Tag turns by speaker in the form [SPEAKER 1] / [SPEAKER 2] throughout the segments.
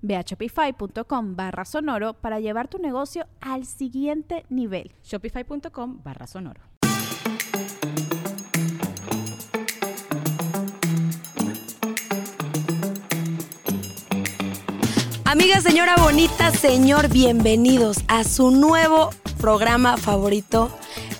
[SPEAKER 1] Ve a shopify.com barra sonoro para llevar tu negocio al siguiente nivel.
[SPEAKER 2] Shopify.com barra sonoro.
[SPEAKER 3] Amiga, señora bonita, señor, bienvenidos a su nuevo programa favorito,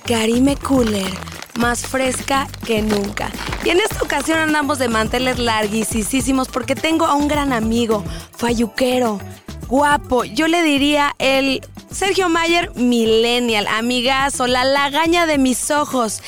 [SPEAKER 3] Karime Cooler, más fresca que nunca. Y en esta ocasión andamos de manteles larguisísimos porque tengo a un gran amigo, falluquero, guapo. Yo le diría el Sergio Mayer Millennial, amigazo, la lagaña de mis ojos.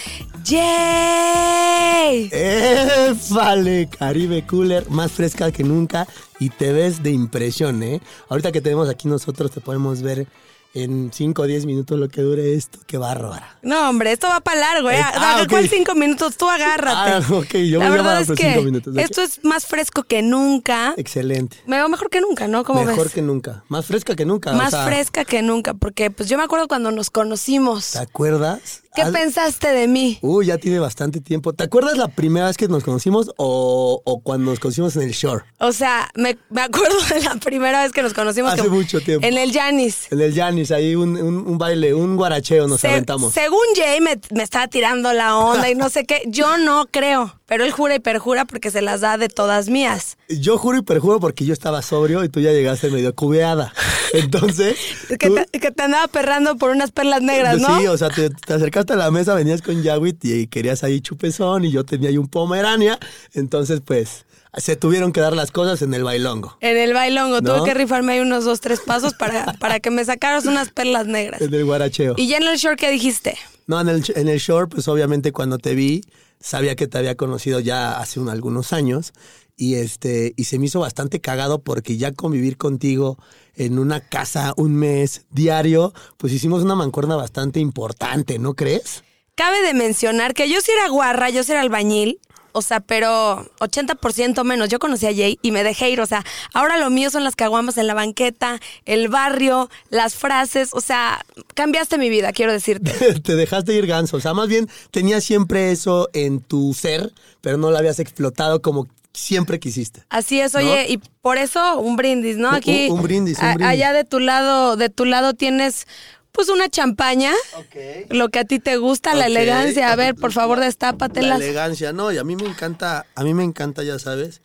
[SPEAKER 3] ¡Yay!
[SPEAKER 4] Eh. ¡Vale! Caribe Cooler, más fresca que nunca y te ves de impresión, ¿eh? Ahorita que tenemos aquí nosotros te podemos ver en 5 o 10 minutos lo que dure esto. Qué bárbara.
[SPEAKER 3] No, hombre, esto va para largo, ¿eh?
[SPEAKER 4] Ah, ok.
[SPEAKER 3] ¿Cuál 5 minutos? Tú agárrate.
[SPEAKER 4] Ah, ok, yo
[SPEAKER 3] La
[SPEAKER 4] voy a
[SPEAKER 3] verdad
[SPEAKER 4] grabar
[SPEAKER 3] es
[SPEAKER 4] por
[SPEAKER 3] que
[SPEAKER 4] cinco minutos. ok.
[SPEAKER 3] esto es más fresco que nunca.
[SPEAKER 4] Excelente.
[SPEAKER 3] Me veo mejor que nunca, ¿no? ¿Cómo
[SPEAKER 4] Mejor
[SPEAKER 3] ves?
[SPEAKER 4] que nunca. Más fresca que nunca. o
[SPEAKER 3] más
[SPEAKER 4] sea,
[SPEAKER 3] fresca que nunca, porque pues yo me acuerdo cuando nos conocimos.
[SPEAKER 4] ¿Te acuerdas?
[SPEAKER 3] ¿Qué
[SPEAKER 4] Haz-
[SPEAKER 3] pensaste de mí?
[SPEAKER 4] Uy, ya tiene bastante tiempo. ¿Te acuerdas la primera vez que nos conocimos o, o cuando nos conocimos en el Shore?
[SPEAKER 3] O sea, me, me acuerdo de la primera vez que nos conocimos.
[SPEAKER 4] Hace
[SPEAKER 3] que-
[SPEAKER 4] mucho tiempo.
[SPEAKER 3] En el Janis.
[SPEAKER 4] En el Janis, ahí un, un- un baile, un guaracheo nos
[SPEAKER 3] Se-
[SPEAKER 4] aventamos.
[SPEAKER 3] Según Jay me, me estaba tirando la onda y no sé qué. Yo no creo. Pero él jura y perjura porque se las da de todas mías.
[SPEAKER 4] Yo juro y perjuro porque yo estaba sobrio y tú ya llegaste medio cubeada. Entonces.
[SPEAKER 3] Que
[SPEAKER 4] tú-
[SPEAKER 3] te, que te andaba perrando por unas perlas negras, ¿no?
[SPEAKER 4] Sí, o sea, te, te acercaste a la mesa, venías con Yawit y querías ahí chupezón y yo tenía ahí un pomerania. Entonces, pues, se tuvieron que dar las cosas en el bailongo.
[SPEAKER 3] En el bailongo
[SPEAKER 4] ¿No?
[SPEAKER 3] tuve que rifarme ahí unos dos, tres pasos para, para que me sacaras unas perlas negras.
[SPEAKER 4] En el guaracheo.
[SPEAKER 3] Y ya en el short, ¿qué dijiste?
[SPEAKER 4] No, en el, en el short, pues obviamente cuando te vi, sabía que te había conocido ya hace un- algunos años. Y este, y se me hizo bastante cagado porque ya convivir contigo en una casa un mes diario, pues hicimos una mancuerna bastante importante, ¿no crees?
[SPEAKER 3] Cabe de mencionar que yo sí era guarra, yo sí era albañil, o sea, pero 80% menos. Yo conocí a Jay y me dejé ir, o sea, ahora lo mío son las caguamas en la banqueta, el barrio, las frases, o sea, cambiaste mi vida, quiero decirte.
[SPEAKER 4] te dejaste ir ganso. O sea, más bien tenías siempre eso en tu ser, pero no lo habías explotado como siempre quisiste.
[SPEAKER 3] Así es, oye, y por eso un brindis, ¿no?
[SPEAKER 4] Un-
[SPEAKER 3] Aquí
[SPEAKER 4] un brindis, un
[SPEAKER 3] a-
[SPEAKER 4] brindis.
[SPEAKER 3] allá de tu lado, de tu lado tienes pues una champaña.
[SPEAKER 4] Ok.
[SPEAKER 3] Lo que a ti te gusta, la
[SPEAKER 4] Ok.
[SPEAKER 3] elegancia. A ver, por favor,
[SPEAKER 4] La
[SPEAKER 3] destápatelas.
[SPEAKER 4] elegancia, no, y a mí me encanta, a mí me encanta, ya sabes,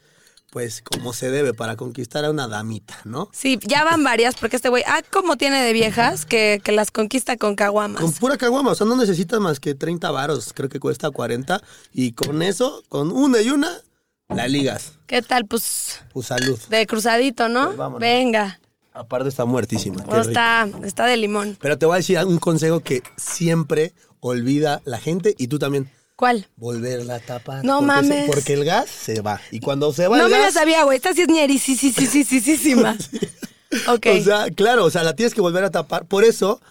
[SPEAKER 4] pues como se debe para conquistar a una damita, ¿no?
[SPEAKER 3] Sí, ya van varias, porque este güey, ah, como tiene de viejas que, que las conquista con caguamas.
[SPEAKER 4] Con pura caguama, o sea, no necesitas más que 30 varos, creo que cuesta 40, y con eso, con una y una, la ligas.
[SPEAKER 3] ¿Qué tal? Pues
[SPEAKER 4] Pues salud.
[SPEAKER 3] de cruzadito, ¿no?
[SPEAKER 4] Pues vámonos.
[SPEAKER 3] Venga.
[SPEAKER 4] Aparte está muertísima. qué
[SPEAKER 3] Bueno,
[SPEAKER 4] rico.
[SPEAKER 3] está, está de limón.
[SPEAKER 4] Pero te voy a decir un consejo que siempre olvida la gente y tú también.
[SPEAKER 3] ¿Cuál?
[SPEAKER 4] Volverla a tapar.
[SPEAKER 3] No
[SPEAKER 4] porque se-
[SPEAKER 3] mames.
[SPEAKER 4] porque el gas se va. Y cuando se va
[SPEAKER 3] No
[SPEAKER 4] el
[SPEAKER 3] me la
[SPEAKER 4] gas.
[SPEAKER 3] sabía, güey. Esta sí es ñeri, sí, sí, sí, sí, sí, sí, sí, ma. Ok.
[SPEAKER 4] O sea, claro, o sea, la tienes que volver a tapar. Por eso,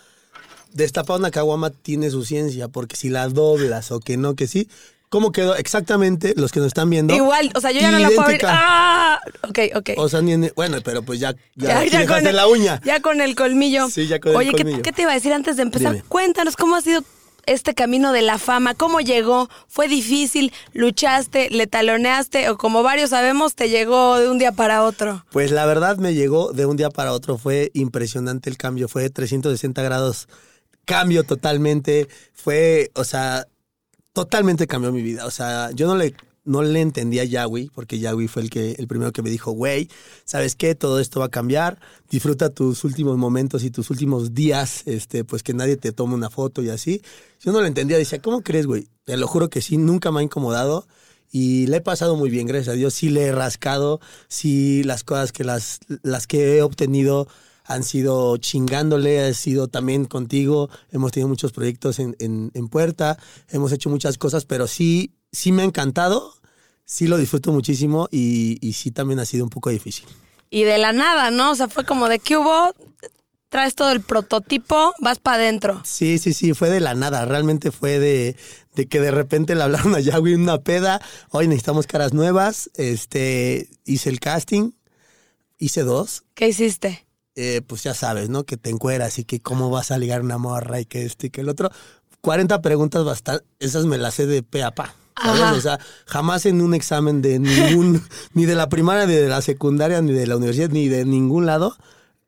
[SPEAKER 4] destapar una caguama tiene su ciencia, porque si la doblas o que no, que sí. ¿Cómo quedó exactamente los que nos están viendo?
[SPEAKER 3] Igual, o sea, yo ya no la puedo abrir.
[SPEAKER 4] Idéntica.
[SPEAKER 3] ¡Ah! Ok, ok.
[SPEAKER 4] O sea, ni en- bueno, pero pues ya, ya, ya,
[SPEAKER 3] el-
[SPEAKER 4] la uña.
[SPEAKER 3] Ya con el colmillo.
[SPEAKER 4] Sí, ya con el
[SPEAKER 3] Oye, ¿qué-
[SPEAKER 4] colmillo.
[SPEAKER 3] ¿qué, te iba a decir antes de empezar?
[SPEAKER 4] Dime.
[SPEAKER 3] Cuéntanos cómo ha sido este camino de la fama, cómo llegó, fue difícil, luchaste, le taloneaste o como varios sabemos te llegó de un día para otro.
[SPEAKER 4] Pues la verdad me llegó de un día para otro, fue impresionante el cambio, fue 360 grados, cambio totalmente, fue, o sea, totalmente cambió mi vida, o sea, yo no le, no le entendí a Yahweh, porque Yahweh fue el, que, el primero que me dijo, güey, ¿sabes qué? Todo esto va a cambiar, disfruta tus últimos momentos y tus últimos días, este, pues que nadie te tome una foto y así. Yo no lo entendía, decía, ¿cómo crees, güey? Te lo juro que sí, nunca me ha incomodado y le he pasado muy bien, gracias a Dios. Sí le he rascado, sí las cosas que las, las que he obtenido han sido chingándole, ha sido también contigo, hemos tenido muchos proyectos en, en, en puerta, hemos hecho muchas cosas, pero sí, sí me ha encantado, sí lo disfruto muchísimo y, y sí también ha sido un poco difícil.
[SPEAKER 3] Y de la nada, ¿no? O sea, fue como de que hubo, traes todo el prototipo, vas para adentro.
[SPEAKER 4] Sí, sí, sí, fue de la nada. Realmente fue de, de que de repente le hablaron a Yahweh una peda. Hoy necesitamos caras nuevas. Este, hice el casting, hice dos.
[SPEAKER 3] ¿Qué hiciste?
[SPEAKER 4] Eh, pues ya sabes, ¿no? Que te encueras y que cómo vas a ligar una morra y que este y que el otro. 40 preguntas bastante, esas me las sé de pe a pa. ¿sabes?
[SPEAKER 3] Ajá.
[SPEAKER 4] O sea, jamás en un examen de ningún, ni de la primaria, ni de la secundaria, ni de la universidad, ni de ningún lado,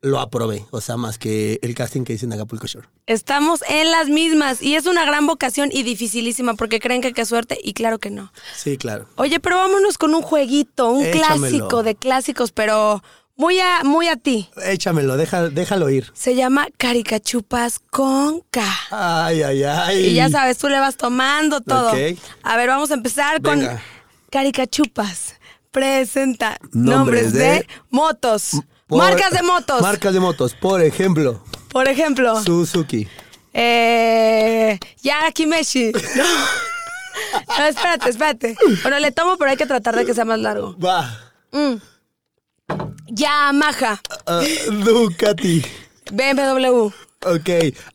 [SPEAKER 4] lo aprobé. O sea, más que el casting que hice en Acapulco Shore.
[SPEAKER 3] Estamos en las mismas y es una gran vocación y dificilísima porque creen que qué suerte y claro que no.
[SPEAKER 4] Sí, claro.
[SPEAKER 3] Oye, pero vámonos con un jueguito, un
[SPEAKER 4] Échamelo.
[SPEAKER 3] clásico de clásicos, pero muy a, muy a ti.
[SPEAKER 4] Échamelo, deja- déjalo ir.
[SPEAKER 3] Se llama Caricachupas con K.
[SPEAKER 4] Ay, ay, ay.
[SPEAKER 3] Y ya sabes, tú le vas tomando todo.
[SPEAKER 4] Ok.
[SPEAKER 3] A ver, vamos a empezar con
[SPEAKER 4] Venga.
[SPEAKER 3] Caricachupas. Presenta nombres,
[SPEAKER 4] Nombres
[SPEAKER 3] de,
[SPEAKER 4] de
[SPEAKER 3] motos.
[SPEAKER 4] Por-
[SPEAKER 3] marcas de motos. Oh.
[SPEAKER 4] Marcas de motos. Por ejemplo,
[SPEAKER 3] Por ejemplo,
[SPEAKER 4] Suzuki.
[SPEAKER 3] eh, Yara Kimeshi. No. No, espérate, espérate. Bueno, le tomo, pero hay que tratar de que sea más largo.
[SPEAKER 4] Va.
[SPEAKER 3] Mm. Yamaha.
[SPEAKER 4] Ah, Ducati.
[SPEAKER 3] BMW.
[SPEAKER 4] Ok.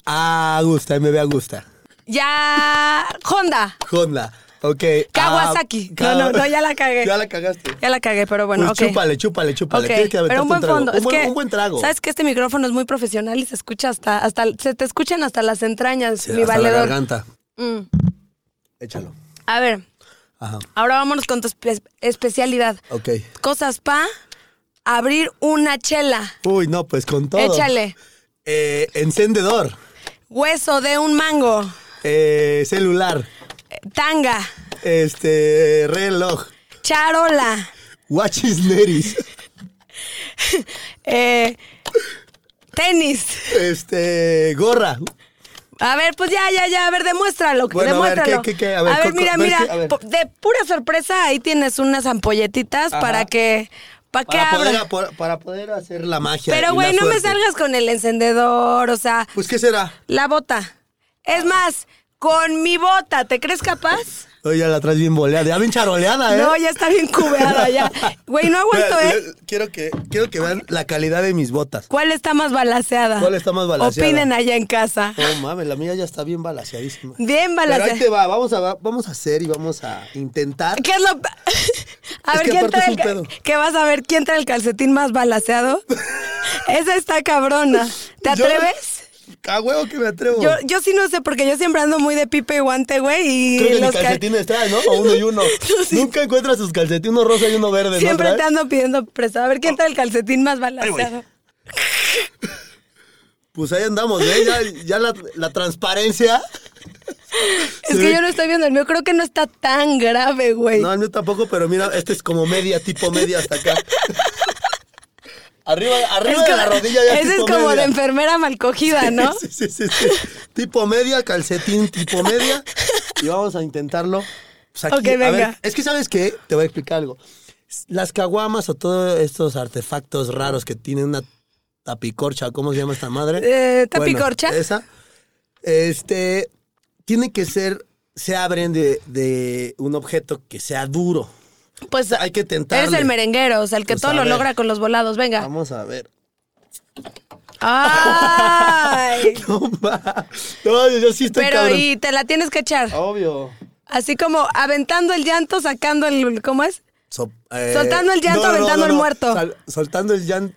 [SPEAKER 4] Agusta, MB Agusta.
[SPEAKER 3] Ya. Honda.
[SPEAKER 4] Honda. Ok. ah,
[SPEAKER 3] Kawasaki.
[SPEAKER 4] Ka-
[SPEAKER 3] No, no, no, ya la cagué.
[SPEAKER 4] Ya la cagaste.
[SPEAKER 3] Ya la cagué, pero bueno,
[SPEAKER 4] Pues
[SPEAKER 3] ok.
[SPEAKER 4] chúpale, chúpale, chúpale.
[SPEAKER 3] Ok,
[SPEAKER 4] Tienes que aventarte
[SPEAKER 3] pero un buen
[SPEAKER 4] trago.
[SPEAKER 3] fondo.
[SPEAKER 4] Un,
[SPEAKER 3] es
[SPEAKER 4] buen,
[SPEAKER 3] que,
[SPEAKER 4] un buen trago.
[SPEAKER 3] Sabes que este micrófono es muy profesional y se escucha hasta, hasta se te escuchan hasta las entrañas,
[SPEAKER 4] Sí,
[SPEAKER 3] mi
[SPEAKER 4] hasta la
[SPEAKER 3] valedor.
[SPEAKER 4] garganta.
[SPEAKER 3] Mm.
[SPEAKER 4] Échalo.
[SPEAKER 3] A ver,
[SPEAKER 4] Ajá.
[SPEAKER 3] ahora vámonos con tu espe- especialidad.
[SPEAKER 4] Ok.
[SPEAKER 3] Cosas pa abrir una chela.
[SPEAKER 4] Uy, no, pues con todo.
[SPEAKER 3] Échale.
[SPEAKER 4] Eh, encendedor.
[SPEAKER 3] Hueso de un mango.
[SPEAKER 4] Eh, celular.
[SPEAKER 3] Eh, Tanga.
[SPEAKER 4] Este. Reloj.
[SPEAKER 3] Charola.
[SPEAKER 4] Watches Neris.
[SPEAKER 3] eh, tenis.
[SPEAKER 4] Este. Gorra.
[SPEAKER 3] A ver, pues ya, ya, ya. A ver, demuéstralo.
[SPEAKER 4] Bueno, a ver,
[SPEAKER 3] demuéstralo.
[SPEAKER 4] ¿qué, qué, qué? A ver, co- co-
[SPEAKER 3] mira,
[SPEAKER 4] ves
[SPEAKER 3] mira.
[SPEAKER 4] que- a ver.
[SPEAKER 3] po- De pura sorpresa, ahí tienes unas ampolletitas
[SPEAKER 4] Ajá.
[SPEAKER 3] para que. ¿Para que
[SPEAKER 4] Para poder,
[SPEAKER 3] abra?
[SPEAKER 4] apor- para poder hacer la magia. y
[SPEAKER 3] Pero,
[SPEAKER 4] la
[SPEAKER 3] güey, no me
[SPEAKER 4] suerte.
[SPEAKER 3] salgas con el encendedor, o sea,
[SPEAKER 4] Pues, ¿qué será?
[SPEAKER 3] la bota. Es más, con mi bota, ¿te crees capaz?
[SPEAKER 4] Oye, ya la traes bien boleada. Ya bien charoleada, ¿eh?
[SPEAKER 3] No, ya está bien cubeada ya. Güey, no aguanto,
[SPEAKER 4] Mira,
[SPEAKER 3] ¿eh?
[SPEAKER 4] yo Quiero que, quiero que vean la calidad de mis botas.
[SPEAKER 3] ¿Cuál está más balaseada?
[SPEAKER 4] ¿Cuál está más balaceada?
[SPEAKER 3] Opinen allá en casa.
[SPEAKER 4] No mames, la mía ya está bien balaseadísima.
[SPEAKER 3] Bien
[SPEAKER 4] Pero ahí
[SPEAKER 3] balaseada.
[SPEAKER 4] te va, vamos a, vamos a hacer y vamos a intentar.
[SPEAKER 3] ¿Qué es lo.? A
[SPEAKER 4] Es
[SPEAKER 3] ver,
[SPEAKER 4] que
[SPEAKER 3] ¿quién
[SPEAKER 4] aparte
[SPEAKER 3] trae
[SPEAKER 4] es
[SPEAKER 3] el.
[SPEAKER 4] un
[SPEAKER 3] ca-
[SPEAKER 4] pedo.
[SPEAKER 3] ¿Qué vas a ver? ¿Quién trae el calcetín más balaseado? Esa está cabrona. ¿Te
[SPEAKER 4] Yo-
[SPEAKER 3] atreves?
[SPEAKER 4] A huevo que me atrevo.
[SPEAKER 3] Yo, yo sí no sé, porque yo siempre ando muy de pipe y guante, güey. Y
[SPEAKER 4] Creo que
[SPEAKER 3] los
[SPEAKER 4] los
[SPEAKER 3] cal-
[SPEAKER 4] calcetines traes, ¿no? O uno y uno. Nunca encuentras sus calcetines, uno rosa y uno verde, ¿no
[SPEAKER 3] Siempre
[SPEAKER 4] traes? Oh.
[SPEAKER 3] te ando pidiendo prestado. A ver quién trae el calcetín más
[SPEAKER 4] Ay,
[SPEAKER 3] balanceado.
[SPEAKER 4] güey. Pues ahí andamos, ¿eh? Ya, ya la, la transparencia.
[SPEAKER 3] Es que yo no estoy viendo el mío. Creo que no está tan grave, güey.
[SPEAKER 4] No, el mío tampoco, pero mira, este es como media, tipo media hasta acá. arriba
[SPEAKER 3] Es
[SPEAKER 4] arriba de
[SPEAKER 3] como-
[SPEAKER 4] la rodilla ya
[SPEAKER 3] Ese es
[SPEAKER 4] tipo
[SPEAKER 3] como de
[SPEAKER 4] media.
[SPEAKER 3] enfermera malcogida, ¿no?
[SPEAKER 4] Sí, sí, sí, sí. Tipo media, calcetín tipo media. Y vamos a intentarlo. Pues aquí,
[SPEAKER 3] Ok,
[SPEAKER 4] a ver,
[SPEAKER 3] venga.
[SPEAKER 4] es que, ¿sabes qué? Te voy a explicar algo. Las caguamas o todos estos artefactos raros que tienen una tapicorcha, ¿cómo se llama esta madre?
[SPEAKER 3] Eh,
[SPEAKER 4] Bueno,
[SPEAKER 3] tapicorcha.
[SPEAKER 4] esa. Este, tiene que ser, se abren de, de un objeto que sea duro.
[SPEAKER 3] Pues
[SPEAKER 4] Hay que tentarle.
[SPEAKER 3] eres el merenguero, o sea, el que
[SPEAKER 4] Pues,
[SPEAKER 3] todo
[SPEAKER 4] a
[SPEAKER 3] lo
[SPEAKER 4] ver.
[SPEAKER 3] logra con los volados. Venga.
[SPEAKER 4] Vamos a ver.
[SPEAKER 3] ¡Ay!
[SPEAKER 4] No, ma. No, yo sí estoy
[SPEAKER 3] Pero
[SPEAKER 4] cabrón.
[SPEAKER 3] y te la tienes que echar.
[SPEAKER 4] Obvio.
[SPEAKER 3] Así como aventando el llanto, sacando el. ¿Cómo es?
[SPEAKER 4] So- eh,
[SPEAKER 3] Soltando el llanto, aventando el muerto.
[SPEAKER 4] Sal- soltando el llanto.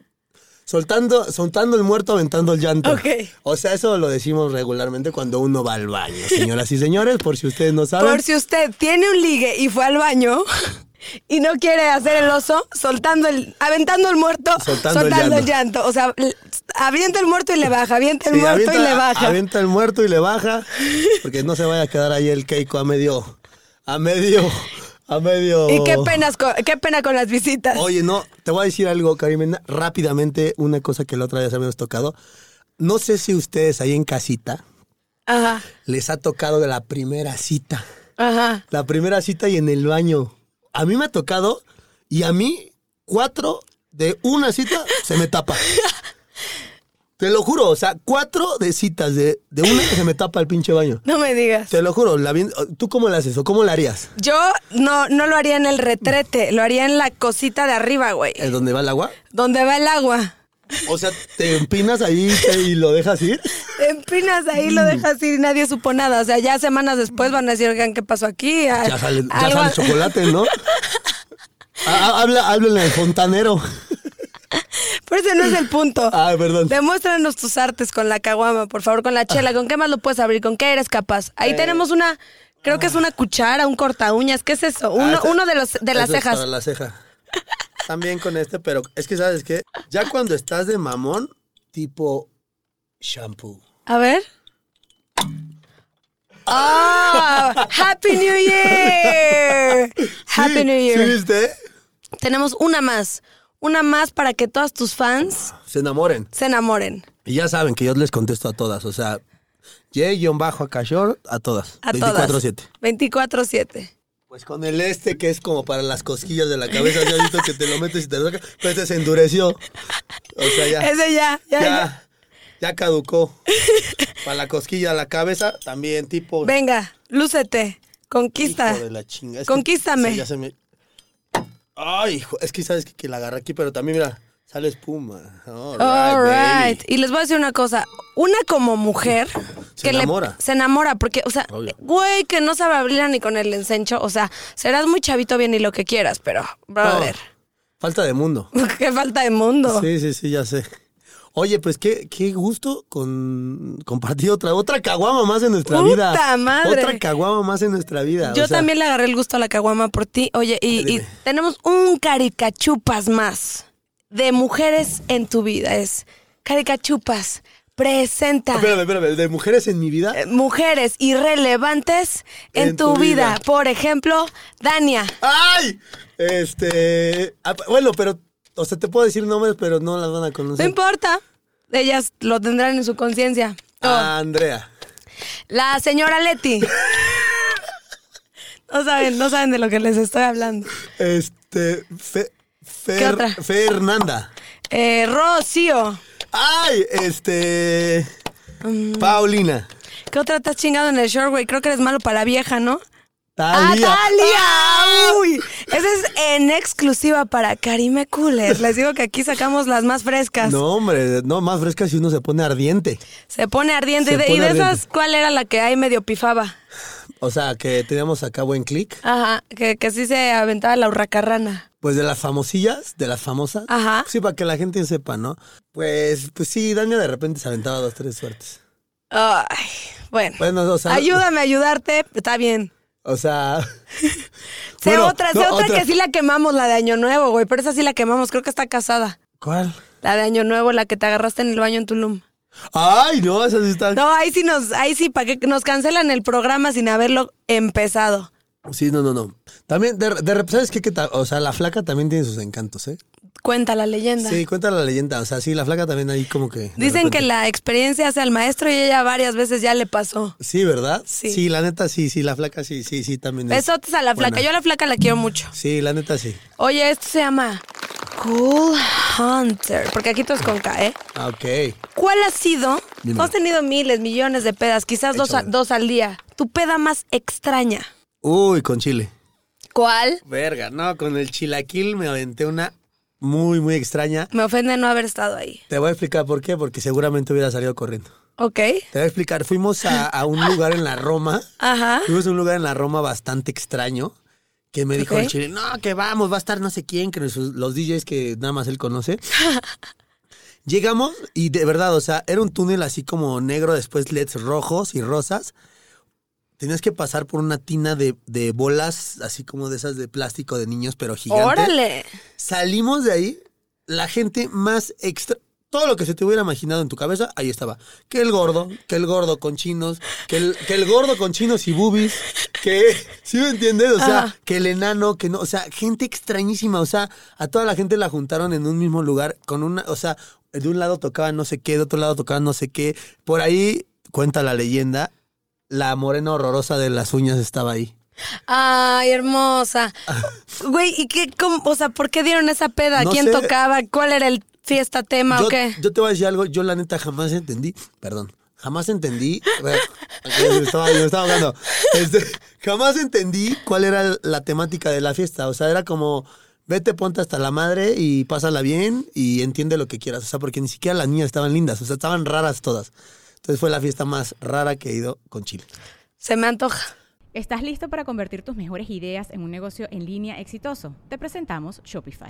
[SPEAKER 4] Soltando, soltando el muerto, aventando el llanto.
[SPEAKER 3] Ok.
[SPEAKER 4] O sea, eso lo decimos regularmente cuando uno va al baño, señoras y señores, por si ustedes no saben.
[SPEAKER 3] Por si usted tiene un ligue y fue al baño y no quiere hacer el oso, soltando el, aventando el muerto, soltando,
[SPEAKER 4] Soltando el
[SPEAKER 3] el llanto. O sea, l- avienta el muerto y le baja, avienta el
[SPEAKER 4] Sí,
[SPEAKER 3] muerto y
[SPEAKER 4] avienta-
[SPEAKER 3] le baja.
[SPEAKER 4] Avienta el muerto y le baja, porque no se vaya a quedar ahí el Keiko a medio, a medio, a medio.
[SPEAKER 3] Y qué penas co- qué pena con las visitas.
[SPEAKER 4] Oye, no, te voy a decir algo, Karimena, rápidamente, una cosa que la otra vez habíamos tocado. No sé si ustedes ahí en casita
[SPEAKER 3] Ajá.
[SPEAKER 4] les ha tocado de la primera cita.
[SPEAKER 3] Ajá.
[SPEAKER 4] La primera cita y en el baño. A mí me ha tocado y a mí cuatro de una cita se me tapa. Te lo juro, o sea, cuatro de citas de, de una que se me tapa el pinche baño.
[SPEAKER 3] No me digas.
[SPEAKER 4] Te lo juro, la, vi- ¿tú cómo la haces o cómo la harías?
[SPEAKER 3] Yo no, no lo haría en el retrete, lo haría en la cosita de arriba, güey.
[SPEAKER 4] ¿En dónde va el agua?
[SPEAKER 3] Donde va el agua.
[SPEAKER 4] O sea, te empinas ahí te- y lo dejas ir.
[SPEAKER 3] Te empinas ahí,
[SPEAKER 4] Mm.
[SPEAKER 3] lo dejas ir y nadie supo nada. O sea, ya semanas después van a decir, oigan, ¿qué pasó aquí? Ah,
[SPEAKER 4] Ya sale, ya
[SPEAKER 3] algo-
[SPEAKER 4] sale chocolate, ¿no? Ah, ah, Habla, háblenle al fontanero.
[SPEAKER 3] Pero ese no es el punto.
[SPEAKER 4] Ah, perdón.
[SPEAKER 3] Demuéstranos tus artes con la caguama, por favor, con la
[SPEAKER 4] Ah.
[SPEAKER 3] chela. ¿Con qué más lo puedes abrir? ¿Con qué eres capaz? Ahí
[SPEAKER 4] Eh.
[SPEAKER 3] tenemos una, creo que es una cuchara, un corta uñas. ¿Qué es eso? Uno,
[SPEAKER 4] Ah, ese-
[SPEAKER 3] uno de, los, de las
[SPEAKER 4] eso es
[SPEAKER 3] cejas.
[SPEAKER 4] Para la ceja. También con este, pero es que, ¿sabes qué? Ya cuando estás de mamón, tipo shampoo.
[SPEAKER 3] A ver. ¡Ah! ¡Happy New Year! ¡Happy
[SPEAKER 4] Sí,
[SPEAKER 3] New Year!
[SPEAKER 4] ¿Sí viste?
[SPEAKER 3] Tenemos una más. Una más para que todas tus fans
[SPEAKER 4] Se enamoren.
[SPEAKER 3] se enamoren.
[SPEAKER 4] Y ya saben que yo les contesto a todas, o sea, J-Acashor a todas.
[SPEAKER 3] A
[SPEAKER 4] 24-7.
[SPEAKER 3] todas. 24-7.
[SPEAKER 4] Pues con el este que es como para las cosquillas de la cabeza, ya he visto que te lo metes y te lo sacas, pero este se endureció. O sea, ya.
[SPEAKER 3] Ese ya, ya,
[SPEAKER 4] ya,
[SPEAKER 3] ya.
[SPEAKER 4] ya caducó. para la cosquilla de la cabeza, también tipo.
[SPEAKER 3] Venga, lúcete. Conquista.
[SPEAKER 4] Hijo de la chinga. es que-
[SPEAKER 3] Conquístame.
[SPEAKER 4] sí, ya se me- Ay, hijo, es que sabes que, que la agarré aquí, pero también, mira, sale espuma. All
[SPEAKER 3] All
[SPEAKER 4] right,
[SPEAKER 3] right.
[SPEAKER 4] baby.
[SPEAKER 3] Y les voy a decir una cosa. Una como mujer.
[SPEAKER 4] Se enamora.
[SPEAKER 3] se enamora, porque, o sea,
[SPEAKER 4] Obvio.
[SPEAKER 3] güey, que no sabe abrirla ni con el encencho. O sea, serás muy chavito bien y lo que quieras, pero, brother,
[SPEAKER 4] Oh, Falta de mundo.
[SPEAKER 3] qué falta de mundo.
[SPEAKER 4] Sí, sí, sí, ya sé. Oye, pues qué, qué gusto con compartir otra, otra caguama más en nuestra
[SPEAKER 3] ¡Puta
[SPEAKER 4] vida.
[SPEAKER 3] madre!
[SPEAKER 4] Otra caguama más en nuestra vida. o
[SPEAKER 3] Yo
[SPEAKER 4] sea,
[SPEAKER 3] también le agarré el gusto a la caguama por ti. Oye, y, y
[SPEAKER 4] Dime.
[SPEAKER 3] tenemos un caricachupas más de mujeres en tu vida. Es caricachupas, presenta.
[SPEAKER 4] Espérame, espérame, de mujeres en mi vida.
[SPEAKER 3] eh, Mujeres irrelevantes en,
[SPEAKER 4] En
[SPEAKER 3] tu,
[SPEAKER 4] tu
[SPEAKER 3] vida.
[SPEAKER 4] vida.
[SPEAKER 3] Por ejemplo, Dania.
[SPEAKER 4] ¡Ay! Este. ah, Bueno, pero. O sea, te puedo decir nombres, pero no las van a
[SPEAKER 3] No
[SPEAKER 4] conocer.
[SPEAKER 3] importa. Ellas lo tendrán en su conciencia. Oh,
[SPEAKER 4] Ah, Andrea.
[SPEAKER 3] La señora Leti. no saben, no saben de lo que les estoy hablando.
[SPEAKER 4] Este. Fe- Fer-
[SPEAKER 3] ¿Qué otra?
[SPEAKER 4] Fernanda.
[SPEAKER 3] Eh, Rocío.
[SPEAKER 4] ¡Ay! Este.
[SPEAKER 3] Mm.
[SPEAKER 4] Paulina.
[SPEAKER 3] ¿Qué otra estás chingado en el short, güey? Creo que eres malo para vieja, ¿no?
[SPEAKER 4] Talía. ¡Ah!
[SPEAKER 3] ¡Atalia! Ah, ¡Uy! Esa es en exclusiva para Karime Cooler. Les digo que aquí sacamos las más frescas.
[SPEAKER 4] No, hombre, no, más fresca si uno se pone ardiente.
[SPEAKER 3] Se pone ardiente.
[SPEAKER 4] Se
[SPEAKER 3] y de,
[SPEAKER 4] pone
[SPEAKER 3] y de esas,
[SPEAKER 4] ardiente.
[SPEAKER 3] ¿cuál era la que ahí medio pifaba?
[SPEAKER 4] O sea, que teníamos acá buen clic.
[SPEAKER 3] Ajá, que, que sí se aventaba la hurracarrana.
[SPEAKER 4] Pues de las famosillas, de las famosas.
[SPEAKER 3] Ajá.
[SPEAKER 4] Sí, para que la gente sepa, ¿no? Pues, pues sí, Dania de repente se aventaba dos, tres suertes.
[SPEAKER 3] Ay, bueno.
[SPEAKER 4] Bueno, o sea.
[SPEAKER 3] Ayúdame a ayudarte. Está bien.
[SPEAKER 4] O sea.
[SPEAKER 3] Sé
[SPEAKER 4] Bueno,
[SPEAKER 3] otra, sé
[SPEAKER 4] no,
[SPEAKER 3] otra, que sí la quemamos, la de Año Nuevo, güey. Pero esa sí la quemamos, creo que está casada.
[SPEAKER 4] ¿Cuál?
[SPEAKER 3] La de Año Nuevo, la que te agarraste en el baño en Tulum.
[SPEAKER 4] Ay, no, esa sí está.
[SPEAKER 3] No, ahí sí nos, ahí sí, para que nos cancelan el programa sin haberlo empezado.
[SPEAKER 4] Sí, no, no, no. También, de, de rep- ¿sabes qué? qué tal? o sea, la flaca también tiene sus encantos, ¿eh?
[SPEAKER 3] Cuenta la leyenda.
[SPEAKER 4] Sí, cuenta la leyenda. O sea, sí, la flaca también ahí como que. de
[SPEAKER 3] Dicen que
[SPEAKER 4] repente-
[SPEAKER 3] la experiencia hace al maestro y ella varias veces ya le pasó.
[SPEAKER 4] Sí, ¿verdad?
[SPEAKER 3] Sí.
[SPEAKER 4] Sí, la neta, sí, sí, la flaca, sí, sí, sí, también. es
[SPEAKER 3] Besotes a la flaca.
[SPEAKER 4] buena.
[SPEAKER 3] Yo a la flaca la quiero mucho.
[SPEAKER 4] Sí, la neta, sí.
[SPEAKER 3] Oye, esto se llama Cool Hunter. Porque aquí todo es con K, ¿eh?
[SPEAKER 4] Ah, Ok.
[SPEAKER 3] ¿Cuál ha sido?
[SPEAKER 4] Dime.
[SPEAKER 3] Has tenido miles, millones de pedas, quizás dos, a-
[SPEAKER 4] Échamela.
[SPEAKER 3] dos al día. Tu peda más extraña.
[SPEAKER 4] Uy, con chile.
[SPEAKER 3] ¿Cuál?
[SPEAKER 4] Verga, no, con el chilaquil me aventé una muy, muy extraña.
[SPEAKER 3] Me ofende no haber estado ahí.
[SPEAKER 4] Te voy a explicar por qué, porque seguramente hubiera salido corriendo.
[SPEAKER 3] ¿Ok?
[SPEAKER 4] Te voy a explicar, fuimos a, a un lugar en la Roma,
[SPEAKER 3] Ajá.
[SPEAKER 4] fuimos a un lugar en la Roma bastante extraño, que me dijo
[SPEAKER 3] Ok.
[SPEAKER 4] el chile, no, que vamos, va a estar no sé quién, que los, los DJs que nada más él conoce. Llegamos y de verdad, o sea, era un túnel así como negro, después LEDs rojos y rosas. Tenías que pasar por una tina de, de bolas, así como de esas de plástico de niños, pero gigantes.
[SPEAKER 3] Órale.
[SPEAKER 4] Salimos de ahí, la gente más extra. Todo lo que se te hubiera imaginado en tu cabeza, ahí estaba. Que el gordo, que el gordo con chinos, que el, que el gordo con chinos y boobies, que. ¿Sí me entiendes? O sea,
[SPEAKER 3] Ajá.
[SPEAKER 4] que el enano, que no. O sea, gente extrañísima. O sea, a toda la gente la juntaron en un mismo lugar con una. O sea, de un lado tocaban no sé qué, de otro lado tocaban no sé qué. Por ahí, cuenta la leyenda, la morena horrorosa de las uñas estaba ahí.
[SPEAKER 3] Ay, hermosa. Güey, ¿y qué? cómo- o sea, ¿por qué dieron esa peda?
[SPEAKER 4] No
[SPEAKER 3] ¿Quién
[SPEAKER 4] sé.
[SPEAKER 3] tocaba? ¿Cuál era el fiesta tema
[SPEAKER 4] yo,
[SPEAKER 3] o qué?
[SPEAKER 4] yo te voy a decir algo, yo la neta jamás entendí, perdón, jamás entendí, bueno, me estaba, me estaba ahogando. Este, jamás entendí cuál era la temática de la fiesta, o sea, era como, vete, ponte hasta la madre y pásala bien y entiende lo que quieras, o sea, porque ni siquiera las niñas estaban lindas, o sea, estaban raras todas. Entonces fue la fiesta más rara que he ido con Chile.
[SPEAKER 3] Se me antoja.
[SPEAKER 2] ¿Estás listo para convertir tus mejores ideas en un negocio en línea exitoso? Te presentamos Shopify.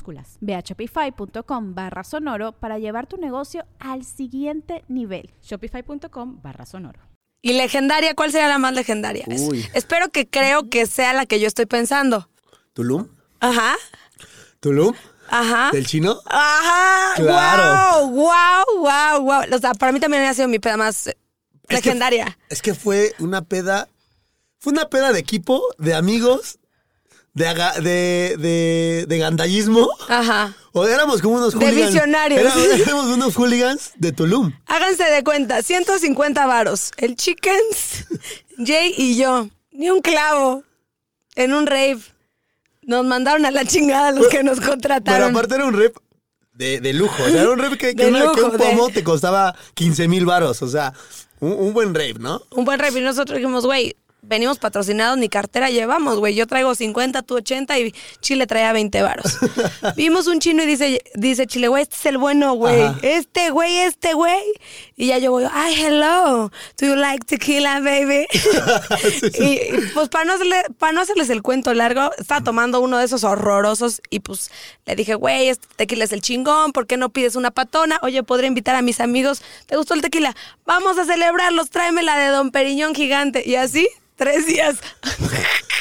[SPEAKER 1] Ve a shopify.com barra sonoro para llevar tu negocio al siguiente nivel.
[SPEAKER 2] Shopify.com barra sonoro.
[SPEAKER 3] ¿Y legendaria? ¿Cuál sería la más legendaria? Es-
[SPEAKER 4] Uy.
[SPEAKER 3] espero que creo que sea la que yo estoy pensando.
[SPEAKER 4] ¿Tulum?
[SPEAKER 3] Ajá,
[SPEAKER 4] ¿Tulum?
[SPEAKER 3] ajá.
[SPEAKER 4] ¿Del chino?
[SPEAKER 3] Ajá.
[SPEAKER 4] Claro.
[SPEAKER 3] Wow, wow, wow, wow. O sea, para mí también ha sido mi peda más eh,
[SPEAKER 4] Es que-
[SPEAKER 3] legendaria.
[SPEAKER 4] Es que fue una peda. Fue una peda de equipo, de amigos, de, aga- de, de, de gandallismo.
[SPEAKER 3] Ajá.
[SPEAKER 4] O éramos como unos
[SPEAKER 3] De
[SPEAKER 4] hooligans.
[SPEAKER 3] visionarios.
[SPEAKER 4] Era- éramos unos hooligans de Tulum.
[SPEAKER 3] Háganse de cuenta, 150 varos. El Chickens, Jay y yo. Ni un clavo. En un rave. Nos mandaron a la chingada los que nos
[SPEAKER 4] Pero
[SPEAKER 3] contrataron.
[SPEAKER 4] aparte era un rep de, de lujo. O sea, era un rep que, que
[SPEAKER 3] De
[SPEAKER 4] una- que
[SPEAKER 3] lujo,
[SPEAKER 4] un
[SPEAKER 3] de-
[SPEAKER 4] pomo te costaba 15 mil varos. O sea, un, un buen rep, ¿no?
[SPEAKER 3] un buen rave. Y nosotros dijimos, güey, venimos patrocinados, ni cartera llevamos, güey. Yo traigo 50, tú 80 y Chile traía 20 varos. Vimos un chino y dice, dice Chile, güey, este es el bueno, güey.
[SPEAKER 4] Ajá.
[SPEAKER 3] Este güey, este güey. Y ya yo voy, ay, hello. Do you like tequila, baby? y, y, pues para no, hacerle- para no hacerles el cuento largo, estaba tomando uno de esos horrorosos y pues le dije, güey, este tequila es el chingón, ¿por qué no pides una patona? Oye, podré invitar a mis amigos, ¿te gustó el tequila? Vamos a celebrarlos, tráeme la de Don Periñón gigante. Y así, tres días.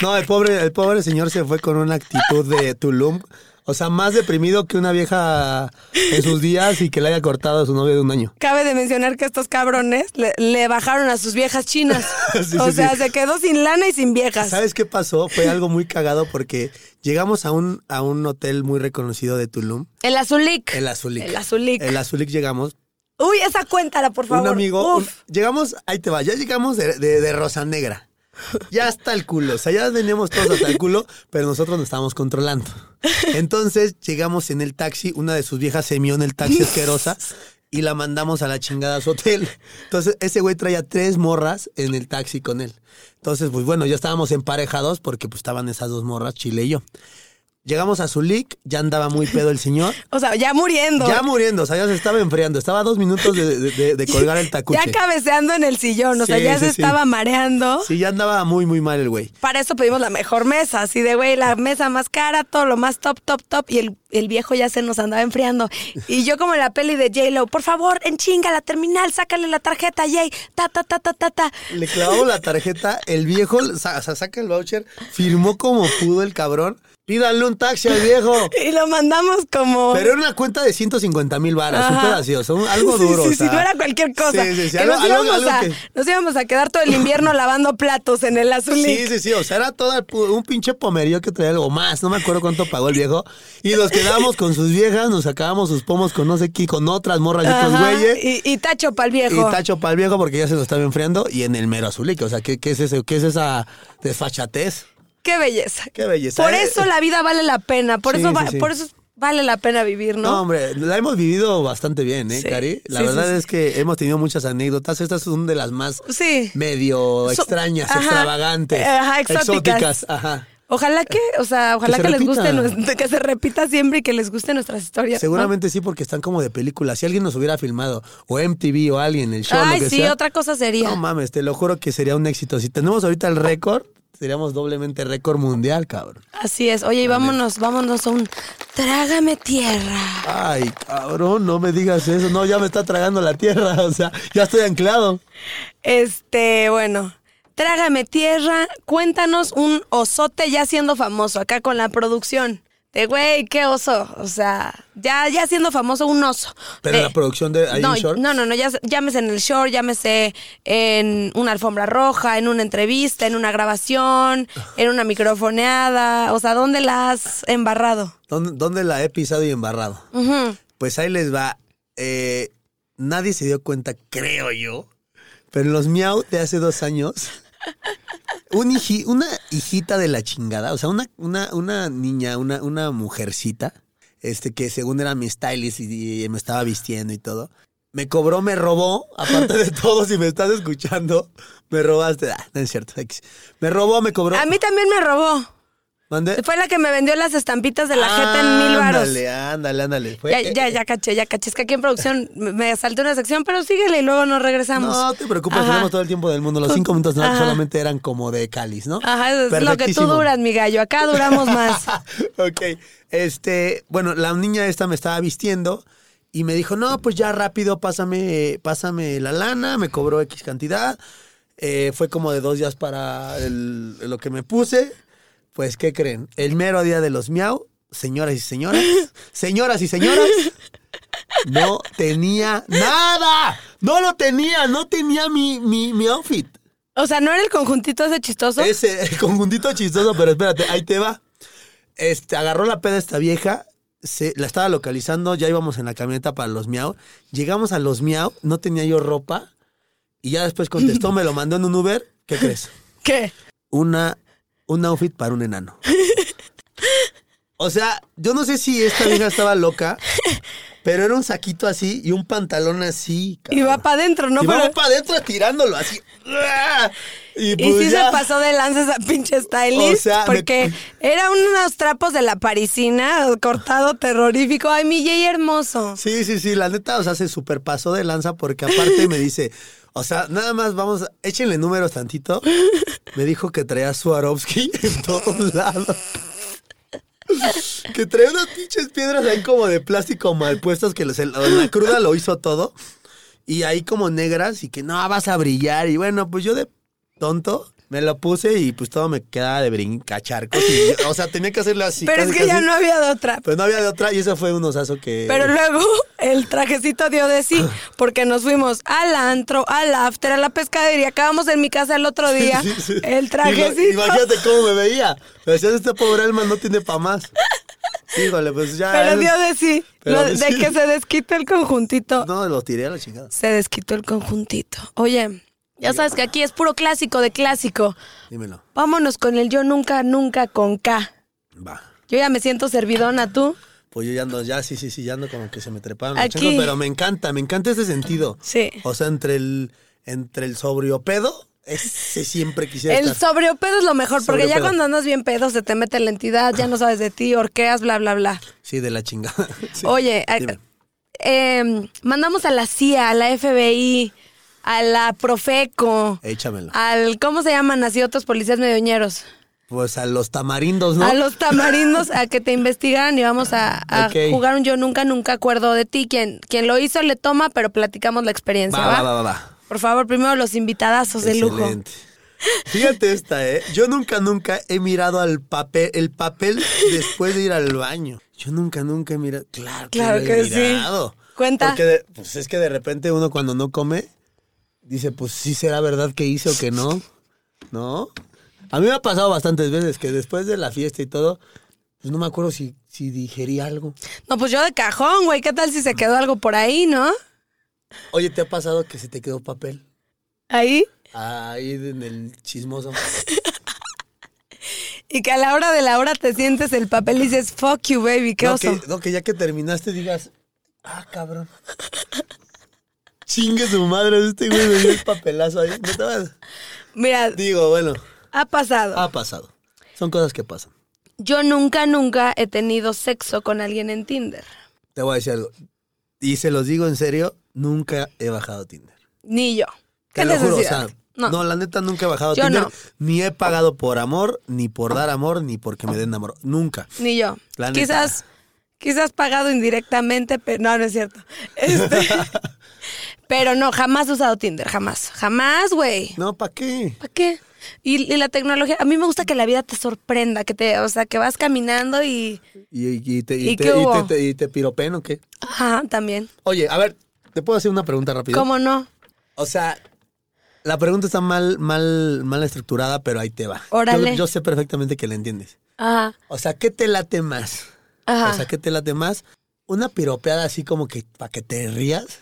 [SPEAKER 4] No, el pobre, el pobre señor se fue con una actitud de Tulum. O sea, más deprimido que una vieja en sus días y que le haya cortado a su novia de un año.
[SPEAKER 3] Cabe de mencionar que estos cabrones le, le bajaron a sus viejas chinas.
[SPEAKER 4] Sí,
[SPEAKER 3] o
[SPEAKER 4] sí,
[SPEAKER 3] sea,
[SPEAKER 4] sí.
[SPEAKER 3] se quedó sin lana y sin viejas.
[SPEAKER 4] ¿Sabes qué pasó? Fue algo muy cagado porque llegamos a un, a un hotel muy reconocido de Tulum,
[SPEAKER 3] El azulik.
[SPEAKER 4] el Azulik.
[SPEAKER 3] El Azulik.
[SPEAKER 4] El Azulik llegamos.
[SPEAKER 3] Uy, esa cuéntala, por favor.
[SPEAKER 4] Un amigo.
[SPEAKER 3] Uf.
[SPEAKER 4] un- llegamos, ahí te va, ya llegamos de, de, de Rosa Negra. Ya hasta el culo. O sea, ya veníamos todos hasta el culo, pero nosotros nos estábamos controlando. Entonces llegamos en el taxi, una de sus viejas se mió en el taxi asquerosa. Y la mandamos a la chingada a su hotel. Entonces, ese güey traía tres morras en el taxi con él. Entonces, pues bueno, ya estábamos emparejados porque pues estaban esas dos morras, Chile y yo. Llegamos a Zulik, ya andaba muy pedo el señor.
[SPEAKER 3] O sea, ya muriendo.
[SPEAKER 4] Ya muriendo, o sea, ya se estaba enfriando. Estaba a dos minutos de, de- de- de colgar el tacuche.
[SPEAKER 3] Ya cabeceando en el sillón, o sea,
[SPEAKER 4] Sí,
[SPEAKER 3] ya
[SPEAKER 4] sí,
[SPEAKER 3] se
[SPEAKER 4] sí.
[SPEAKER 3] estaba mareando.
[SPEAKER 4] Sí, ya andaba muy, muy mal el güey.
[SPEAKER 3] Para eso pedimos la mejor mesa, así de güey, la mesa más cara, todo lo más top, top, top. Y el, el viejo ya se nos andaba enfriando. Y yo, como en la peli de J-Lo, por favor, en chinga la terminal, sácale la tarjeta, Jay, ta, ta, ta, ta, ta, ta.
[SPEAKER 4] Le clavó la tarjeta, el viejo sa- sa- saca el voucher, firmó como pudo el cabrón. Pídanle un taxi al viejo.
[SPEAKER 3] Y lo mandamos como.
[SPEAKER 4] Pero era una cuenta de 150 mil varas, un
[SPEAKER 3] Ajá.
[SPEAKER 4] pedazo, o sea, un- algo duro.
[SPEAKER 3] Sí, sí,
[SPEAKER 4] o
[SPEAKER 3] sí,
[SPEAKER 4] sea.
[SPEAKER 3] no era cualquier cosa.
[SPEAKER 4] Sí, sí, sí,
[SPEAKER 3] Que
[SPEAKER 4] algo-
[SPEAKER 3] nos,
[SPEAKER 4] algo-
[SPEAKER 3] íbamos
[SPEAKER 4] algo
[SPEAKER 3] a,
[SPEAKER 4] que-
[SPEAKER 3] nos íbamos a quedar todo el invierno lavando platos en el azul.
[SPEAKER 4] Sí, sí, sí, o sea, era todo el pu- un pinche pomerío que traía algo más, no me acuerdo cuánto pagó el viejo. Y nos quedábamos con sus viejas, nos sacábamos sus pomos con no sé qué, con otras morras y otros
[SPEAKER 3] Ajá,
[SPEAKER 4] güeyes.
[SPEAKER 3] y, y tacho pa'l viejo.
[SPEAKER 4] Y tacho para el viejo porque ya se lo estaba enfriando y en el mero azulique. O sea, ¿qué, qué es, eso? ¿Qué es esa desfachatez?
[SPEAKER 3] Qué belleza.
[SPEAKER 4] Qué belleza,
[SPEAKER 3] Por
[SPEAKER 4] ¿eh?
[SPEAKER 3] eso la vida vale la pena. Por
[SPEAKER 4] Sí,
[SPEAKER 3] eso
[SPEAKER 4] sí,
[SPEAKER 3] va-
[SPEAKER 4] sí.
[SPEAKER 3] por eso vale la pena vivir,
[SPEAKER 4] ¿No?
[SPEAKER 3] ¿no?
[SPEAKER 4] hombre, la hemos vivido bastante bien, ¿eh,
[SPEAKER 3] Sí.
[SPEAKER 4] Cari? La
[SPEAKER 3] Sí,
[SPEAKER 4] verdad
[SPEAKER 3] sí, sí.
[SPEAKER 4] es que hemos tenido muchas anécdotas. Estas son de las más
[SPEAKER 3] Sí.
[SPEAKER 4] medio
[SPEAKER 3] So-
[SPEAKER 4] extrañas,
[SPEAKER 3] ajá. eh,
[SPEAKER 4] extravagantes,
[SPEAKER 3] Ajá, exóticas.
[SPEAKER 4] exóticas. Ajá.
[SPEAKER 3] Ojalá que, o sea, ojalá
[SPEAKER 4] se
[SPEAKER 3] que, les guste,
[SPEAKER 4] repita.
[SPEAKER 3] nues- que se repita siempre y que les guste nuestras historias.
[SPEAKER 4] Seguramente sí, porque están como de película. Si alguien nos hubiera filmado, o MTV o alguien, el show,
[SPEAKER 3] Ay,
[SPEAKER 4] lo que
[SPEAKER 3] sí,
[SPEAKER 4] sea.
[SPEAKER 3] otra cosa sería.
[SPEAKER 4] No mames, te lo juro que sería un éxito. Si tenemos ahorita el récord, seríamos doblemente récord mundial, cabrón.
[SPEAKER 3] Así es. Oye, y vámonos, vámonos a un trágame tierra.
[SPEAKER 4] Ay, cabrón, no me digas eso. No, ya me está tragando la tierra. O sea, ya estoy anclado.
[SPEAKER 3] Este, bueno, trágame tierra. Cuéntanos un osote ya siendo famoso acá con la producción. De güey, qué oso. O sea, ya, ya siendo famoso un oso.
[SPEAKER 4] Pero
[SPEAKER 3] De-
[SPEAKER 4] la producción de ahí
[SPEAKER 3] Eh, no,
[SPEAKER 4] en short.
[SPEAKER 3] No, no, no, ya, llámese en el short, llámese en una alfombra roja, en una entrevista, en una grabación, en una microfoneada. O sea, ¿dónde la has embarrado?
[SPEAKER 4] ¿Dónde, dónde la he pisado y embarrado?
[SPEAKER 3] Ujú.
[SPEAKER 4] Pues ahí les va. Eh, nadie se dio cuenta, creo yo. Pero en los miau de hace dos años, un hiji- una hijita de la chingada, o sea, una, una, una niña, una, una mujercita, este, que según era mi stylist y, y me estaba vistiendo y todo, me cobró, me robó, aparte de todo, si me estás escuchando, me robaste. Ah, no es cierto, X. Me robó, me cobró.
[SPEAKER 3] A mí también me robó.
[SPEAKER 4] Mandé.
[SPEAKER 3] Fue la que me vendió las estampitas de la jeta en mil varos.
[SPEAKER 4] Ándale, ándale, ándale. Fue-
[SPEAKER 3] Ya, ya, ya caché, ya caché. Es que aquí en producción me- me salté una sección, pero síguele y luego nos regresamos.
[SPEAKER 4] No te preocupes,
[SPEAKER 3] Ajá.
[SPEAKER 4] tenemos todo el tiempo del mundo. Los cinco minutos no,
[SPEAKER 3] Ajá.
[SPEAKER 4] solamente eran como de cáliz, ¿no?
[SPEAKER 3] Ajá, es lo que tú
[SPEAKER 4] Perfectísimo.
[SPEAKER 3] duras, mi gallo. Acá duramos más.
[SPEAKER 4] ok. Este, bueno, la niña esta me estaba vistiendo y me dijo, no, pues ya rápido, pásame, pásame la lana, me cobró X cantidad. Eh, fue como de dos días para el- lo que me puse. Pues, ¿qué creen? El mero día de los miau, señoras y señoras, señoras y señoras, no tenía nada. No lo tenía, no tenía mi, mi, mi outfit.
[SPEAKER 3] O sea, ¿no era el conjuntito ese chistoso?
[SPEAKER 4] Ese el conjuntito chistoso, pero espérate, ahí te va. Este, agarró la peda esta vieja, se, la estaba localizando, ya íbamos en la camioneta para los miau. Llegamos a los miau, no tenía yo ropa, y ya después contestó, me lo mandó en un Uber. ¿Qué crees?
[SPEAKER 3] ¿Qué?
[SPEAKER 4] Una, un outfit para un enano. O sea, yo no sé si esta vieja estaba loca, pero era un saquito así y un pantalón así.
[SPEAKER 3] Y va para adentro, ¿no?
[SPEAKER 4] y
[SPEAKER 3] Pero-
[SPEAKER 4] para adentro estirándolo así. Y,
[SPEAKER 3] Y
[SPEAKER 4] pues
[SPEAKER 3] sí
[SPEAKER 4] ya.
[SPEAKER 3] se pasó de lanza esa pinche stylist.
[SPEAKER 4] O sea, me-
[SPEAKER 3] porque era unos trapos de la parisina, cortado terrorífico. Ay, mi Jay hermoso.
[SPEAKER 4] Sí, sí, sí, la neta, o sea, se superpasó de lanza porque aparte me dice, o sea, nada más vamos, a- échenle números tantito. Me dijo que traía Swarovski en todos lados. Que traía unas pinches piedras ahí como de plástico mal puestas que se- la cruda lo hizo todo. Y ahí como negras y que no, vas a brillar. Y bueno, pues yo de tonto me lo puse y pues todo me quedaba de brincacharcos. y yo- o sea, tenía que hacerlo así.
[SPEAKER 3] Pero es
[SPEAKER 4] casi,
[SPEAKER 3] que ya
[SPEAKER 4] casi.
[SPEAKER 3] no había de otra.
[SPEAKER 4] Pero no había de otra y eso fue un osazo que...
[SPEAKER 3] Pero luego el trajecito dio de sí, porque nos fuimos al antro, al after, a la pescadería. Acabamos en mi casa el otro día.
[SPEAKER 4] Sí, sí.
[SPEAKER 3] El
[SPEAKER 4] Ima-
[SPEAKER 3] trajecito.
[SPEAKER 4] Imagínate cómo me veía. Me decías, esta pobre alma no tiene pa' más. Híjole, pues ya.
[SPEAKER 3] Pero
[SPEAKER 4] es-
[SPEAKER 3] dio de sí.
[SPEAKER 4] Pero
[SPEAKER 3] Lo-
[SPEAKER 4] de
[SPEAKER 3] de
[SPEAKER 4] sí.
[SPEAKER 3] que se desquitó el conjuntito.
[SPEAKER 4] No, lo tiré a la chingada.
[SPEAKER 3] Se desquitó el conjuntito. Oye, ya sabes que aquí es puro clásico de clásico.
[SPEAKER 4] Dímelo.
[SPEAKER 3] Vámonos con el yo nunca, nunca con K.
[SPEAKER 4] Va.
[SPEAKER 3] Yo ya me siento servidona, tú.
[SPEAKER 4] Pues yo ya ando, ya, sí, sí, sí, ya ando como que se me trepaban los
[SPEAKER 3] Aquí.
[SPEAKER 4] changos, pero me encanta, me encanta ese sentido.
[SPEAKER 3] Sí.
[SPEAKER 4] O sea, entre el, entre el sobrio pedo, ese siempre quisiera
[SPEAKER 3] El
[SPEAKER 4] estar.
[SPEAKER 3] sobrio pedo es lo mejor, porque ya
[SPEAKER 4] Sobrio pedo.
[SPEAKER 3] cuando andas bien pedo se te mete la entidad, ya no sabes de ti, orqueas, bla, bla, bla.
[SPEAKER 4] Sí, de la chingada. Sí.
[SPEAKER 3] Oye, a-
[SPEAKER 4] Dime.
[SPEAKER 3] em, mandamos a la CIA, a la FBI, a la Profeco,
[SPEAKER 4] Échamelo.
[SPEAKER 3] al, ¿cómo se llaman así otros policías medioñeros?
[SPEAKER 4] Pues a los tamarindos, ¿no?
[SPEAKER 3] A los tamarindos a que te investigaran y vamos a, a
[SPEAKER 4] Ok.
[SPEAKER 3] jugar un yo nunca, nunca acuerdo de ti. Quien, quien lo hizo le toma, pero platicamos la experiencia,
[SPEAKER 4] va,
[SPEAKER 3] ¿va?
[SPEAKER 4] va, va, va, va.
[SPEAKER 3] Por favor, primero los invitadazos de lujo.
[SPEAKER 4] Excelente. Fíjate esta, ¿eh? Yo nunca, nunca he mirado al papel, el papel después de ir al baño. Yo nunca, nunca he mirado. Claro,
[SPEAKER 3] Claro
[SPEAKER 4] que,
[SPEAKER 3] que
[SPEAKER 4] lo he
[SPEAKER 3] sí.
[SPEAKER 4] mirado.
[SPEAKER 3] Cuenta.
[SPEAKER 4] Porque de- pues es que de repente uno cuando no come, dice, pues sí será verdad que hice o que no. ¿No? A mí me ha pasado bastantes veces que después de la fiesta y todo, pues no me acuerdo si, si digerí algo.
[SPEAKER 3] No, pues yo de cajón, güey. ¿Qué tal si se quedó algo por ahí, no?
[SPEAKER 4] Oye, ¿te ha pasado que se te quedó papel?
[SPEAKER 3] Ahí.
[SPEAKER 4] Ahí en el chismoso.
[SPEAKER 3] Y que a la hora de la hora te sientes el papel y dices, fuck you, baby, qué
[SPEAKER 4] no,
[SPEAKER 3] oso.
[SPEAKER 4] Que, no, que ya que terminaste digas, ah, cabrón. Chingue su madre, este güey me dio el papelazo ahí. No te vas.
[SPEAKER 3] Mira,
[SPEAKER 4] Digo, bueno, Ah.
[SPEAKER 3] ha pasado.
[SPEAKER 4] ha pasado. Son cosas que pasan.
[SPEAKER 3] Yo nunca, nunca he tenido sexo con alguien en Tinder.
[SPEAKER 4] Te voy a decir algo. Y se los digo en serio, nunca he bajado Tinder.
[SPEAKER 3] Ni yo.
[SPEAKER 4] Te
[SPEAKER 3] ¿Qué
[SPEAKER 4] lo juro, o
[SPEAKER 3] necesidad?
[SPEAKER 4] sea, no. la neta nunca he bajado
[SPEAKER 3] Yo
[SPEAKER 4] Tinder.
[SPEAKER 3] no.
[SPEAKER 4] Ni he pagado por amor, ni por dar amor, ni porque me den amor. Nunca.
[SPEAKER 3] Ni yo.
[SPEAKER 4] La neta.
[SPEAKER 3] quizás, quizás pagado indirectamente, pero no, no es cierto. Este, pero no, jamás he usado Tinder, jamás. Jamás, güey.
[SPEAKER 4] No, ¿para qué?
[SPEAKER 3] ¿Para qué? Y, y la tecnología, a mí me gusta que la vida te sorprenda, que te, o sea, que vas caminando y...
[SPEAKER 4] ¿Y, y te, y
[SPEAKER 3] ¿Y
[SPEAKER 4] te-
[SPEAKER 3] qué
[SPEAKER 4] y
[SPEAKER 3] hubo?
[SPEAKER 4] te- te- y te piropen o qué?
[SPEAKER 3] Ajá, también.
[SPEAKER 4] Oye, a ver, ¿te puedo hacer una pregunta rápido?
[SPEAKER 3] ¿Cómo no?
[SPEAKER 4] O sea, la pregunta está mal, mal, mal estructurada, pero ahí te va.
[SPEAKER 3] Órale.
[SPEAKER 4] Yo, yo sé perfectamente que la entiendes.
[SPEAKER 3] Ajá,
[SPEAKER 4] O sea, ¿qué te late más?
[SPEAKER 3] ajá.
[SPEAKER 4] O sea, ¿qué te late más? ¿Una piropeada así como que para que te rías?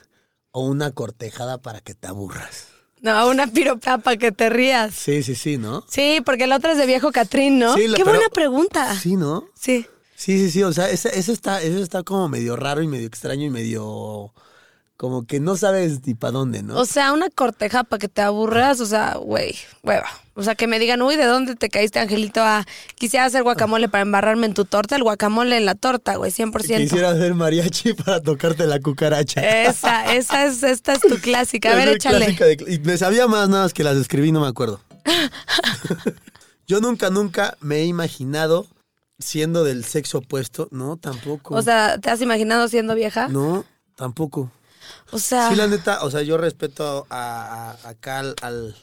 [SPEAKER 4] ¿O una cortejada para que te aburras?
[SPEAKER 3] No, una piropa para que te rías.
[SPEAKER 4] Sí, sí, sí, ¿no?
[SPEAKER 3] Sí, porque la otra es de viejo Catrín, ¿no?
[SPEAKER 4] Sí, la-
[SPEAKER 3] Qué
[SPEAKER 4] pero-
[SPEAKER 3] buena pregunta.
[SPEAKER 4] Sí, ¿no?
[SPEAKER 3] Sí.
[SPEAKER 4] Sí, sí, sí. O sea, ese- eso está, eso está como medio raro y medio extraño y medio. Como que no sabes ni para dónde, ¿no?
[SPEAKER 3] O sea, una corteja para que te aburras, o sea, güey, hueva. O sea, que me digan, uy, ¿de dónde te caíste, Angelito? Ah, quisiera hacer guacamole para embarrarme en tu torta, el guacamole en la torta, güey, 100%.
[SPEAKER 4] Quisiera hacer mariachi para tocarte la cucaracha.
[SPEAKER 3] Esa, esa es, esta es tu clásica. A
[SPEAKER 4] Es
[SPEAKER 3] ver,
[SPEAKER 4] muy
[SPEAKER 3] échale.
[SPEAKER 4] clásica de- y me sabía más nada más que las escribí, no me acuerdo. Yo nunca, nunca me he imaginado siendo del sexo opuesto, no, tampoco.
[SPEAKER 3] O sea, ¿te has imaginado siendo vieja?
[SPEAKER 4] no, tampoco.
[SPEAKER 3] O sea,
[SPEAKER 4] Sí, la neta, o sea, yo respeto a, a- acá al, al-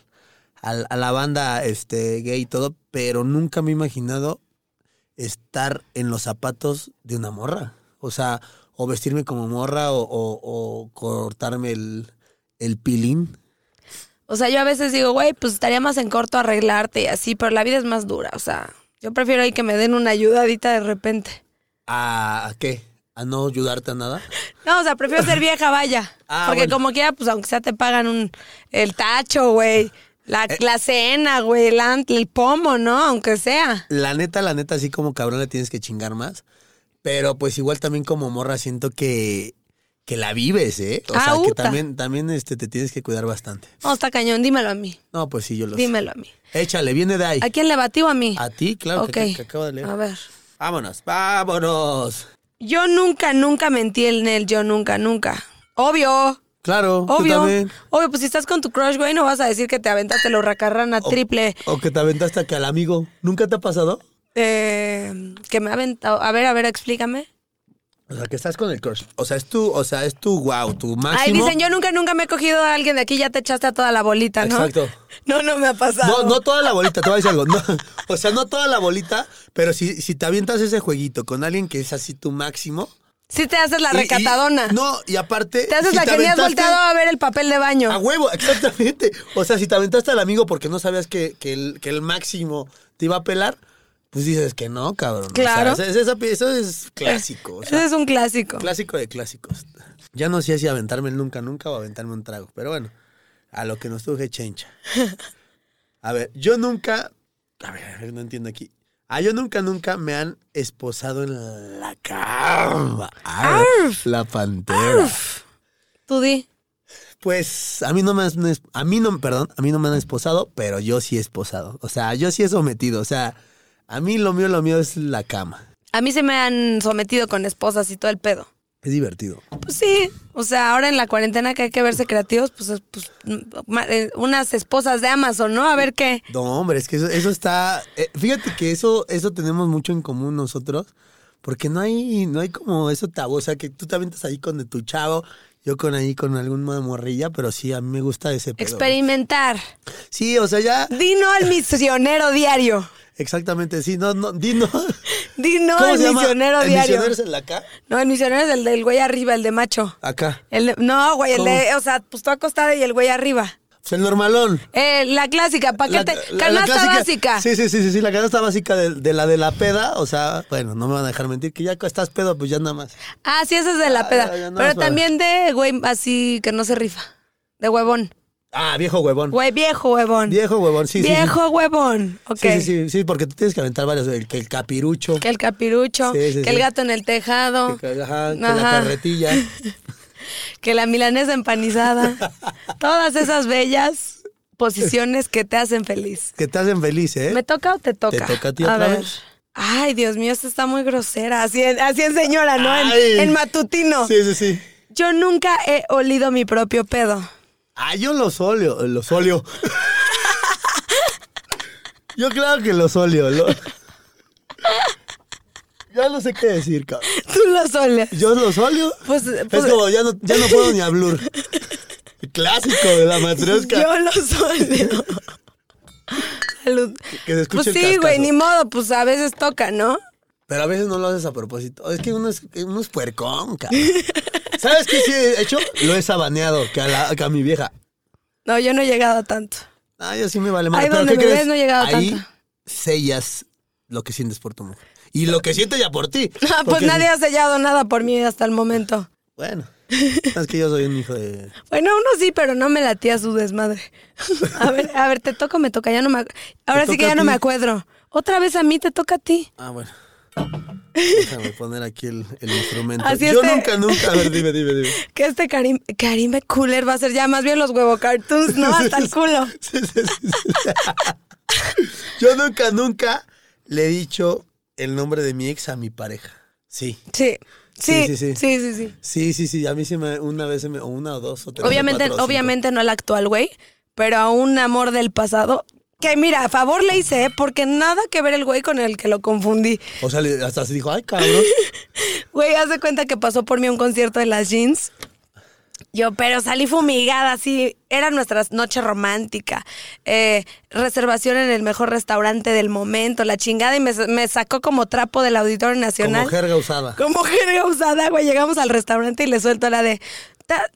[SPEAKER 4] al- a la banda este, gay y todo, pero nunca me he imaginado estar en los zapatos de una morra. O sea, o vestirme como morra o, o- o cortarme el, el pilín.
[SPEAKER 3] o sea, yo a veces digo, güey, pues estaría más en corto arreglarte y así, pero la vida es más dura. O sea, yo prefiero ahí que me den una ayudadita de repente.
[SPEAKER 4] ¿A, a qué? ¿A no ayudarte a nada?
[SPEAKER 3] No, o sea, prefiero ser vieja, vaya.
[SPEAKER 4] Ah,
[SPEAKER 3] Porque
[SPEAKER 4] bueno.
[SPEAKER 3] como quiera, pues aunque sea te pagan un el tacho, güey. La,
[SPEAKER 4] Eh.
[SPEAKER 3] la cena, güey, el, ant- el pomo, ¿no? Aunque sea.
[SPEAKER 4] La neta, la neta, así como cabrón le tienes que chingar más. Pero pues igual también como morra siento que, que la vives, ¿eh? O
[SPEAKER 3] Ah,
[SPEAKER 4] sea, que
[SPEAKER 3] uta.
[SPEAKER 4] también, también este, te tienes que cuidar bastante.
[SPEAKER 3] No, está cañón, dímelo a mí.
[SPEAKER 4] No, pues sí, yo lo
[SPEAKER 3] Dímelo a mí.
[SPEAKER 4] sé. Échale, viene de ahí.
[SPEAKER 3] ¿A quién le batí o a mí?
[SPEAKER 4] A ti, claro, que-
[SPEAKER 3] Ok.
[SPEAKER 4] que, que acabo de leer.
[SPEAKER 3] A ver.
[SPEAKER 4] Vámonos, vámonos.
[SPEAKER 3] Yo nunca, nunca mentí el Nel, yo nunca, nunca. Obvio,
[SPEAKER 4] Claro, tú
[SPEAKER 3] obvio.
[SPEAKER 4] también.
[SPEAKER 3] Obvio, pues si estás con tu crush, güey, no vas a decir que te aventaste la hurracarrana
[SPEAKER 4] Oh.
[SPEAKER 3] triple.
[SPEAKER 4] O que te aventaste acá al amigo. ¿Nunca te ha pasado?
[SPEAKER 3] eh, que me ha aventado. A ver, a ver, explícame.
[SPEAKER 4] O sea, que estás con el crush. O sea, es tu, o sea, es tu wow, tu máximo.
[SPEAKER 3] Ay, dicen, yo nunca, nunca me he cogido a alguien de aquí, ya te echaste a toda la bolita, ¿no?
[SPEAKER 4] Exacto.
[SPEAKER 3] No, no me ha pasado.
[SPEAKER 4] No, no toda la bolita, te voy a decir algo. No, o sea, no toda la bolita, pero si, si te avientas ese jueguito con alguien que es así tu máximo.
[SPEAKER 3] Sí te haces la
[SPEAKER 4] y- y-
[SPEAKER 3] recatadona.
[SPEAKER 4] no, y aparte.
[SPEAKER 3] Te haces
[SPEAKER 4] si
[SPEAKER 3] la que ni has
[SPEAKER 4] aventaste- Ah,
[SPEAKER 3] volteado a ver el papel de baño.
[SPEAKER 4] A huevo, exactamente. O sea, si te aventaste al amigo porque no sabías que, que el, que el máximo te iba a pelar, pues dices que no, cabrón. O sea,
[SPEAKER 3] Claro.
[SPEAKER 4] esa- esa- eso es clásico. o sea,
[SPEAKER 3] Ese es un clásico.
[SPEAKER 4] clásico de clásicos. Ya no sé si aventarme el nunca, nunca o aventarme un trago, pero bueno, a lo que nos truje chencha. A ver, yo nunca. A ver, a ver, no entiendo aquí. Ah, yo nunca, nunca me han esposado en la cama. Arr, la pantera.
[SPEAKER 3] Tú di.
[SPEAKER 4] Pues a mí no me han, es- a mí no, perdón, a mí no me han esposado, pero yo sí he esposado. O sea, yo sí he sometido. O sea, a mí lo mío, lo mío es la cama.
[SPEAKER 3] A mí se me han sometido con esposas y todo el pedo.
[SPEAKER 4] Es divertido.
[SPEAKER 3] Pues sí, o sea, ahora en la cuarentena que hay que verse creativos, pues, es- pues, mm, ma- eh, unas esposas de Amazon, ¿no? A ver qué.
[SPEAKER 4] No, hombre, es que eso, eso está. eh, fíjate que eso, eso tenemos mucho en común nosotros, porque no hay, no hay como eso tabú. O sea, que tú también estás ahí con de tu chavo, yo con ahí con alguna morrilla, pero sí, a mí me gusta ese pedo.
[SPEAKER 3] Experimentar.
[SPEAKER 4] Sí, o sea, ya.
[SPEAKER 3] Dino al misionero diario.
[SPEAKER 4] Exactamente, sí, no, no, di no.
[SPEAKER 3] Dino
[SPEAKER 4] ¿Cómo
[SPEAKER 3] al
[SPEAKER 4] se llama?
[SPEAKER 3] misionero
[SPEAKER 4] ¿El
[SPEAKER 3] diario.
[SPEAKER 4] misionero es el de acá?
[SPEAKER 3] No, el misionero es el del güey arriba, el de macho.
[SPEAKER 4] Acá.
[SPEAKER 3] El de- no, güey, el de, o sea, pues tú acostada y el güey arriba.
[SPEAKER 4] Pues el normalón.
[SPEAKER 3] Eh, la clásica,
[SPEAKER 4] La-
[SPEAKER 3] paquete,
[SPEAKER 4] la- la
[SPEAKER 3] canasta
[SPEAKER 4] clásica-
[SPEAKER 3] básica.
[SPEAKER 4] Sí, sí, sí, sí, sí, la canasta básica de, de la de la peda, o sea, bueno, no me van a dejar mentir, que ya estás pedo, pues ya nada más.
[SPEAKER 3] Ah, sí, esa es de
[SPEAKER 4] Ah,
[SPEAKER 3] la peda.
[SPEAKER 4] ya, ya, no,
[SPEAKER 3] Pero
[SPEAKER 4] es para-
[SPEAKER 3] también de güey así que no se rifa. De huevón.
[SPEAKER 4] Ah, viejo huevón.
[SPEAKER 3] Güey, viejo huevón.
[SPEAKER 4] Viejo huevón, sí, sí,
[SPEAKER 3] Viejo huevón. Ok.
[SPEAKER 4] sí. Sí, sí, sí, sí, porque tú tienes que aventar varios, el, que el capirucho,
[SPEAKER 3] Que el capirucho,
[SPEAKER 4] Sí, sí,
[SPEAKER 3] que el
[SPEAKER 4] sí.
[SPEAKER 3] gato en el tejado,
[SPEAKER 4] que, ajá, que la
[SPEAKER 3] Ajá.
[SPEAKER 4] carretilla.
[SPEAKER 3] que la milanesa empanizada. Todas esas bellas posiciones que te hacen feliz.
[SPEAKER 4] Que te hacen feliz, ¿eh?
[SPEAKER 3] ¿Me toca o te toca?
[SPEAKER 4] toca a ti otra vez.
[SPEAKER 3] Ay, Dios mío, esta está muy grosera. Así es, así es señora, ¿no? En-
[SPEAKER 4] Ay.
[SPEAKER 3] En, matutino.
[SPEAKER 4] Sí, sí, sí.
[SPEAKER 3] Yo nunca he olido mi propio pedo.
[SPEAKER 4] Ah, yo los olio, los olio. yo claro que los olio. lo- Ya no sé qué decir, cabrón.
[SPEAKER 3] Tú lo solas.
[SPEAKER 4] Yo los olio.
[SPEAKER 3] Pues, pues-
[SPEAKER 4] es como, ya no, ya no puedo ni hablar. Clásico de la matriosca.
[SPEAKER 3] Yo lo soleo. Salud.
[SPEAKER 4] Que se escuche
[SPEAKER 3] Pues
[SPEAKER 4] el
[SPEAKER 3] sí, güey,
[SPEAKER 4] cascazo.
[SPEAKER 3] ni modo, pues a veces toca, ¿no?
[SPEAKER 4] Pero a veces no lo haces a propósito. Es que uno es, uno es puercón, cabrón. ¿Sabes qué sí he hecho? Lo he sabaneado que a, la- que a mi vieja.
[SPEAKER 3] No, yo no he llegado a tanto.
[SPEAKER 4] Ah, yo sí me vale madre.
[SPEAKER 3] Ahí
[SPEAKER 4] ¿Pero
[SPEAKER 3] donde
[SPEAKER 4] qué
[SPEAKER 3] me
[SPEAKER 4] crees?
[SPEAKER 3] ves no he llegado
[SPEAKER 4] Ahí
[SPEAKER 3] tanto.
[SPEAKER 4] sellas lo que sientes por tu mujer. Y lo que siento ya por ti.
[SPEAKER 3] No, pues
[SPEAKER 4] Porque-
[SPEAKER 3] nadie ha sellado nada por mí hasta el momento.
[SPEAKER 4] Bueno, es que yo soy un hijo de...
[SPEAKER 3] Bueno, uno sí, pero no me latía su desmadre. A ver, a ver, te toco, me toca, ya no me ac- Ahora sí
[SPEAKER 4] toca
[SPEAKER 3] que
[SPEAKER 4] a
[SPEAKER 3] ya no
[SPEAKER 4] ti.
[SPEAKER 3] me acuerdo. Otra vez a mí te toca a ti.
[SPEAKER 4] Ah, bueno. Déjame poner aquí el, el instrumento.
[SPEAKER 3] Así
[SPEAKER 4] yo
[SPEAKER 3] este-
[SPEAKER 4] nunca, nunca... A ver, dime, dime, dime.
[SPEAKER 3] Que este Karim, Karim Cooler va a ser ya más bien los huevo cartoons, ¿no? Hasta el culo.
[SPEAKER 4] Sí, sí, sí, sí. Yo nunca, nunca le he dicho el nombre de mi ex a mi pareja. Sí.
[SPEAKER 3] Sí. Sí,
[SPEAKER 4] Sí, sí, sí.
[SPEAKER 3] sí, sí, sí.
[SPEAKER 4] Sí, sí, sí. A mí sí me, una vez se me, o una o dos o tres. o
[SPEAKER 3] Obviamente,
[SPEAKER 4] cuatro o cinco.
[SPEAKER 3] obviamente no el actual güey, pero a un amor del pasado. Que mira, a favor le hice, ¿eh? porque nada que ver el güey con el que lo confundí.
[SPEAKER 4] O sea, le- hasta se dijo, ay, cabrón.
[SPEAKER 3] Güey, haz de cuenta que pasó por mí a un concierto de las jeans. Yo, pero salí fumigada, así. Era nuestra noche romántica. Eh, reservación en el mejor restaurante del momento, la chingada, y me, sa- me sacó como trapo del Auditorio Nacional.
[SPEAKER 4] Como jerga usada.
[SPEAKER 3] Como jerga usada, güey. Llegamos al restaurante y le suelto la de. "Ta-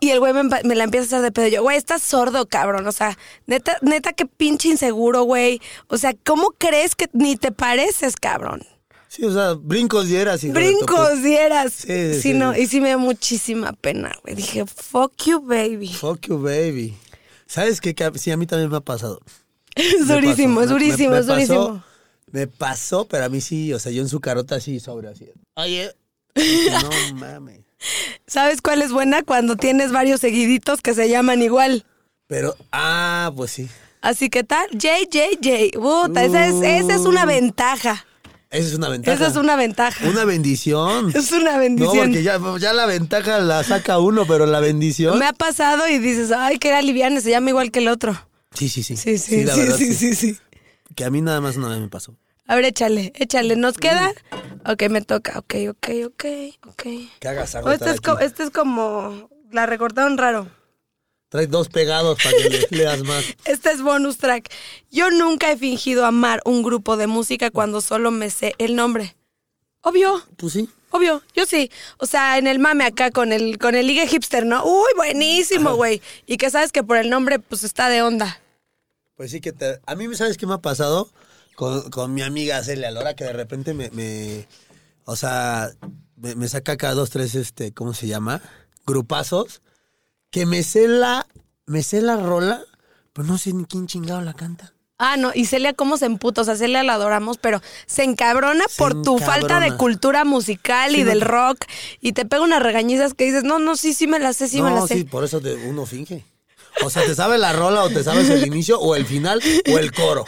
[SPEAKER 3] Y el güey me, empa- me la empieza a hacer de pedo. Yo, güey, estás sordo, cabrón. O sea, neta, neta, qué pinche inseguro, güey. O sea, ¿cómo crees que ni te pareces, cabrón?
[SPEAKER 4] Sí, o sea, brincos y eras. hijo de tu puta.
[SPEAKER 3] Brincos dieras.
[SPEAKER 4] Sí, sí,
[SPEAKER 3] Sí, no,
[SPEAKER 4] sí.
[SPEAKER 3] y sí me dio muchísima pena, güey. Dije, fuck you, baby.
[SPEAKER 4] Fuck you, baby. ¿Sabes qué? Cap? Sí, a mí también me ha pasado.
[SPEAKER 3] Es
[SPEAKER 4] Me
[SPEAKER 3] durísimo,
[SPEAKER 4] pasó.
[SPEAKER 3] es
[SPEAKER 4] Me- me-
[SPEAKER 3] durísimo,
[SPEAKER 4] me
[SPEAKER 3] es durísimo.
[SPEAKER 4] pasó- Me pasó, pero a mí sí, o sea, yo en su carota así sobre así. Oye. No mames.
[SPEAKER 3] ¿Sabes cuál es buena? Cuando tienes varios seguiditos que se llaman igual.
[SPEAKER 4] Pero, ah, pues sí.
[SPEAKER 3] Así que tal, J, J, J. Puta, esa es, esa es una ventaja.
[SPEAKER 4] Esa es una ventaja.
[SPEAKER 3] Esa es una ventaja.
[SPEAKER 4] Una bendición.
[SPEAKER 3] es una
[SPEAKER 4] No,
[SPEAKER 3] bendición.
[SPEAKER 4] porque ya, ya la ventaja la saca uno, pero la bendición.
[SPEAKER 3] Me ha pasado y dices, ay, que era liviano, se llama igual que el otro.
[SPEAKER 4] Sí, sí, sí.
[SPEAKER 3] Sí, sí,
[SPEAKER 4] la
[SPEAKER 3] sí,
[SPEAKER 4] verdad,
[SPEAKER 3] sí, sí, sí.
[SPEAKER 4] Que a mí nada más una vez me pasó.
[SPEAKER 3] A ver, échale, échale, ¿nos queda? Ok, me toca, ok, ok, ok, ok.
[SPEAKER 4] Que hagas
[SPEAKER 3] Oh, este, es co- este es como, la recortaron raro.
[SPEAKER 4] Trae dos pegados para que le leas más.
[SPEAKER 3] Este es bonus track. Yo nunca he fingido amar un grupo de música cuando solo me sé el nombre. Obvio.
[SPEAKER 4] Pues sí.
[SPEAKER 3] Obvio, yo sí. O sea, en el mame acá con el con el ligue hipster, ¿no? Uy, buenísimo, güey. Y que sabes que por el nombre pues está de onda.
[SPEAKER 4] Pues sí que te... A mí, ¿sabes qué me ha pasado? Con, con mi amiga Celia Lora, que de repente me... me- o sea, me, me saca cada dos, tres, este, ¿cómo se llama? Grupazos. Que me sé la... Me sé la rola, pero no sé ni quién chingado la canta.
[SPEAKER 3] Ah, no, y Celia cómo se emputa, o sea, Celia la adoramos, pero se encabrona
[SPEAKER 4] Se
[SPEAKER 3] por tu falta de
[SPEAKER 4] encabrona.
[SPEAKER 3] cultura musical y
[SPEAKER 4] Sí, no
[SPEAKER 3] del
[SPEAKER 4] te-
[SPEAKER 3] rock y te pega unas regañizas que dices, "No, no, sí, sí me la sé, sí me la
[SPEAKER 4] no,
[SPEAKER 3] sé."
[SPEAKER 4] sí, por eso te- uno finge. O sea, te sabes la rola o te sabes el inicio o el final o el coro.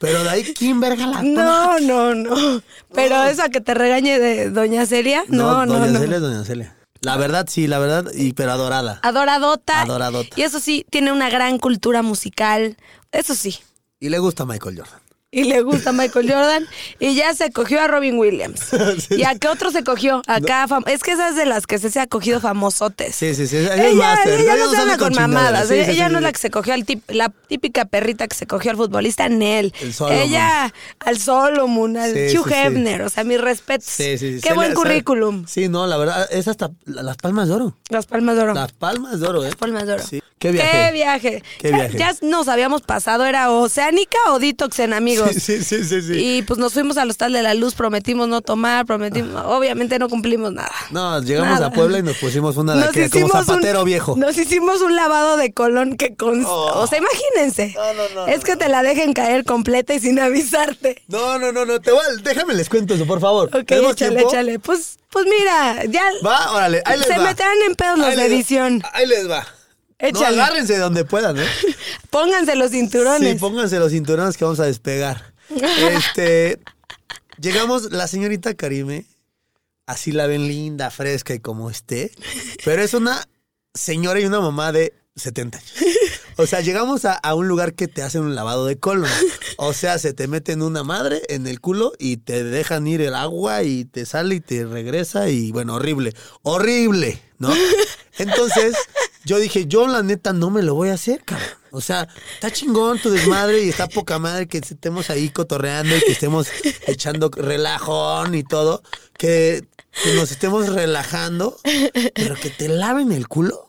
[SPEAKER 4] Pero de ahí, ¿quién verga la toma?
[SPEAKER 3] No, no, no. Pero eso a que te regañe de Doña Celia, no, no,
[SPEAKER 4] Doña
[SPEAKER 3] no.
[SPEAKER 4] Celia es Doña Celia. La verdad, sí, la verdad, y, pero adorada.
[SPEAKER 3] Adoradota.
[SPEAKER 4] Adoradota.
[SPEAKER 3] Y eso sí, tiene una gran cultura musical. Eso sí.
[SPEAKER 4] Y le gusta Michael Jordan.
[SPEAKER 3] Y le gusta Michael Jordan. Y ya se cogió a Robin Williams.
[SPEAKER 4] Sí.
[SPEAKER 3] ¿Y a qué otro se cogió? Acá, fam- es que esas de las que se, se ha cogido famosotes.
[SPEAKER 4] Sí, sí, sí. Ella, es
[SPEAKER 3] Ella,
[SPEAKER 4] máster,
[SPEAKER 3] ella
[SPEAKER 4] ella
[SPEAKER 3] no se anda
[SPEAKER 4] sale
[SPEAKER 3] con
[SPEAKER 4] chingaderas.
[SPEAKER 3] mamadas.
[SPEAKER 4] Sí,
[SPEAKER 3] ella
[SPEAKER 4] sí,
[SPEAKER 3] ella
[SPEAKER 4] sí,
[SPEAKER 3] no es
[SPEAKER 4] sí.
[SPEAKER 3] la que se cogió al tip- la típica perrita que se cogió al futbolista Nel.
[SPEAKER 4] El Solomon.
[SPEAKER 3] Ella al Solomon, al
[SPEAKER 4] Sí,
[SPEAKER 3] Hugh
[SPEAKER 4] sí, sí.
[SPEAKER 3] Hefner. O sea, mis respetos.
[SPEAKER 4] Sí, sí, sí.
[SPEAKER 3] Qué
[SPEAKER 4] Se
[SPEAKER 3] buen
[SPEAKER 4] le- se-
[SPEAKER 3] currículum.
[SPEAKER 4] Sí, no, la verdad, es hasta la- las palmas de oro.
[SPEAKER 3] Las Palmas de Oro.
[SPEAKER 4] Las palmas de oro, ¿eh?
[SPEAKER 3] Palmas de Oro.
[SPEAKER 4] Sí. Qué viaje.
[SPEAKER 3] Qué viaje.
[SPEAKER 4] Qué
[SPEAKER 3] Ya-
[SPEAKER 4] viaje.
[SPEAKER 3] Ya, nos habíamos pasado, era Oceánica o Detox en amigos.
[SPEAKER 4] Sí, sí, sí, sí. sí.
[SPEAKER 3] Y pues nos fuimos al Hostal de la Luz, prometimos no tomar, prometimos, obviamente no cumplimos nada.
[SPEAKER 4] Ah. No, llegamos
[SPEAKER 3] Nada.
[SPEAKER 4] a Puebla y nos pusimos una de
[SPEAKER 3] Nos
[SPEAKER 4] que, como
[SPEAKER 3] hicimos
[SPEAKER 4] zapatero
[SPEAKER 3] un,
[SPEAKER 4] viejo. Oh.
[SPEAKER 3] Nos hicimos un lavado de colón que con... O sea, imagínense. es que te la dejen caer completa y sin avisarte.
[SPEAKER 4] No, no, no, no, te voy a- déjame les cuento eso, por favor.
[SPEAKER 3] Ok,
[SPEAKER 4] ¿Tenemos
[SPEAKER 3] échale,
[SPEAKER 4] tiempo?
[SPEAKER 3] échale. Pues, pues mira, ya
[SPEAKER 4] Va, órale, ahí les
[SPEAKER 3] se
[SPEAKER 4] va.
[SPEAKER 3] meterán en pedos los
[SPEAKER 4] Ahí
[SPEAKER 3] de
[SPEAKER 4] les-
[SPEAKER 3] edición.
[SPEAKER 4] Ahí les va. No,
[SPEAKER 3] Échale.
[SPEAKER 4] agárrense de donde puedan, ¿eh?
[SPEAKER 3] Pónganse los
[SPEAKER 4] Sí,
[SPEAKER 3] cinturones.
[SPEAKER 4] pónganse los cinturones que vamos a despegar. Este, llegamos, la señorita Karime, así la ven linda, fresca y como esté, pero es una señora y una mamá de 70 años. O sea, llegamos a, a un lugar que te hacen un lavado de colon. O sea, se te meten una madre en el culo y te dejan ir el agua y te sale y te regresa y bueno, horrible. Horrible, ¿no? Entonces, yo dije, yo la neta no me lo voy a hacer, cabrón. O sea, está chingón tu desmadre y está poca madre que estemos ahí cotorreando y que estemos echando relajón y todo. Que, que nos estemos relajando, pero que te laven el culo.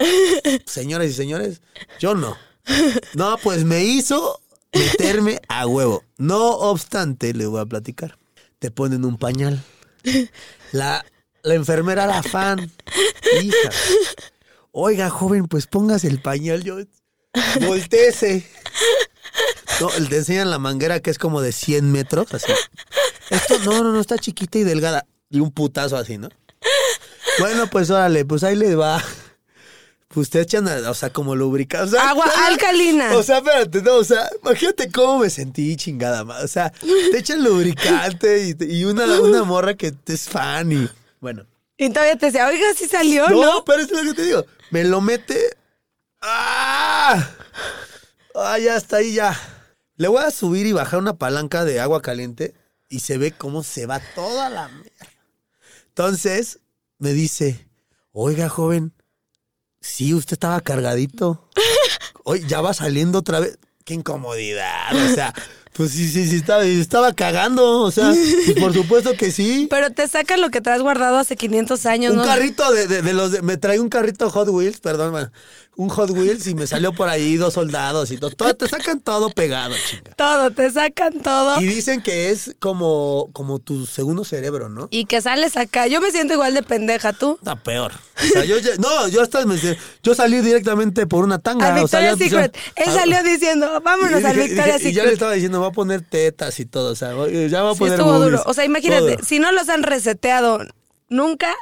[SPEAKER 4] Señores y señores, yo no. No, pues me hizo meterme a huevo. No obstante, le voy a platicar. Te ponen un pañal. La, la enfermera, la fan. Hija. Oiga, joven, pues póngase el pañal. Yo, volteese. No, te enseñan la manguera que es como de 100 metros, así. Esto, no, no, no, está chiquita y delgada. Y un putazo así, ¿no? Bueno, pues órale, pues ahí le va. Pues te echan, a- o sea, como lubricante. o sea,
[SPEAKER 3] Agua alcalina.
[SPEAKER 4] o sea, espérate, no, o sea, imagínate cómo me sentí chingada más. O sea, te echan lubricante y, te- y una, una morra que te es fan y. Bueno.
[SPEAKER 3] y todavía te decía, oiga, si salió,
[SPEAKER 4] No,
[SPEAKER 3] ¿no?
[SPEAKER 4] pero es lo que te digo. Me lo mete. ¡Ah! ¡Ah, ya está ahí ya! Le voy a subir y bajar una palanca de agua caliente y se ve cómo se va toda la mierda. Entonces me dice, oiga, joven, sí, usted estaba cargadito. Hoy ya va saliendo otra vez. ¡Qué incomodidad! O sea, pues sí, sí, sí, estaba, estaba cagando. O sea, y por supuesto que sí.
[SPEAKER 3] Pero te sacan lo que te has guardado hace 500 años,
[SPEAKER 4] Un
[SPEAKER 3] ¿no?
[SPEAKER 4] carrito de, de- de los de- me trae un carrito Hot Wheels, perdón, ma, un Hot Wheels y me salió por ahí dos soldados y todo, todo- te sacan todo pegado, chica.
[SPEAKER 3] Todo, te sacan todo.
[SPEAKER 4] Y
[SPEAKER 3] Y,
[SPEAKER 4] dicen que es como como tu segundo cerebro, ¿no?
[SPEAKER 3] que sales acá. Yo me siento igual de pendeja, tú.
[SPEAKER 4] Está peor. O sea, yo, ya- no, yo hasta me, yo salí directamente por una tanga.
[SPEAKER 3] Al
[SPEAKER 4] o sea,
[SPEAKER 3] Victoria's
[SPEAKER 4] ya-
[SPEAKER 3] Secret. Él
[SPEAKER 4] Ah,
[SPEAKER 3] salió diciendo, vámonos
[SPEAKER 4] y
[SPEAKER 3] al
[SPEAKER 4] dije-
[SPEAKER 3] Victoria's
[SPEAKER 4] dije- Y ya le
[SPEAKER 3] Secret.
[SPEAKER 4] estaba diciendo, va a poner tetas y todo, o sea, ya va a
[SPEAKER 3] Sí,
[SPEAKER 4] poner
[SPEAKER 3] estuvo
[SPEAKER 4] boobies,
[SPEAKER 3] duro. O sea,
[SPEAKER 4] todo.
[SPEAKER 3] imagínate, si no los han reseteado nunca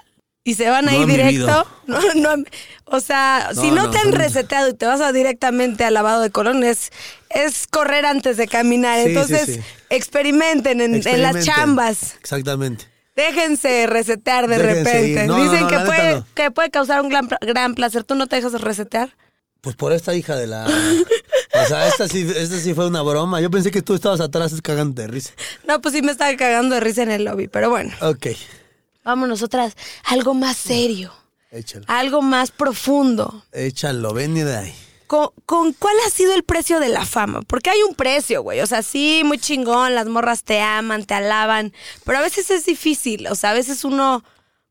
[SPEAKER 3] y se van
[SPEAKER 4] No
[SPEAKER 3] ahí
[SPEAKER 4] han
[SPEAKER 3] directo,
[SPEAKER 4] vivido.
[SPEAKER 3] no, no han- o sea, si
[SPEAKER 4] No,
[SPEAKER 3] no,
[SPEAKER 4] no,
[SPEAKER 3] te han
[SPEAKER 4] son-
[SPEAKER 3] reseteado y te vas a directamente al lavado de colon, es, es correr antes de caminar.
[SPEAKER 4] Sí, sí,
[SPEAKER 3] Entonces,
[SPEAKER 4] sí.
[SPEAKER 3] experimenten, en- en las
[SPEAKER 4] Experimenten.
[SPEAKER 3] chambas.
[SPEAKER 4] Exactamente.
[SPEAKER 3] Déjense resetear de
[SPEAKER 4] Déjense
[SPEAKER 3] repente.
[SPEAKER 4] ir. No, no,
[SPEAKER 3] Dicen
[SPEAKER 4] no,
[SPEAKER 3] que,
[SPEAKER 4] la neta
[SPEAKER 3] puede,
[SPEAKER 4] no.
[SPEAKER 3] que puede causar un gran, pla- gran placer. ¿Tú no te dejas resetear?
[SPEAKER 4] Pues por esta hija de la. O sea, esta sí, esta sí fue una broma. Yo pensé que tú estabas atrás cagando de risa.
[SPEAKER 3] No, pues sí me estaba cagando de risa en el lobby, pero bueno.
[SPEAKER 4] Ok,
[SPEAKER 3] Vámonos otras. Algo más serio,
[SPEAKER 4] échalo.
[SPEAKER 3] algo más profundo.
[SPEAKER 4] Échalo, ven y de ahí.
[SPEAKER 3] ¿Con, con cuál ha sido el precio de la fama? Porque hay un precio, güey. O sea, sí, muy chingón, las morras te aman, te alaban, pero a veces es difícil. O sea, a veces uno,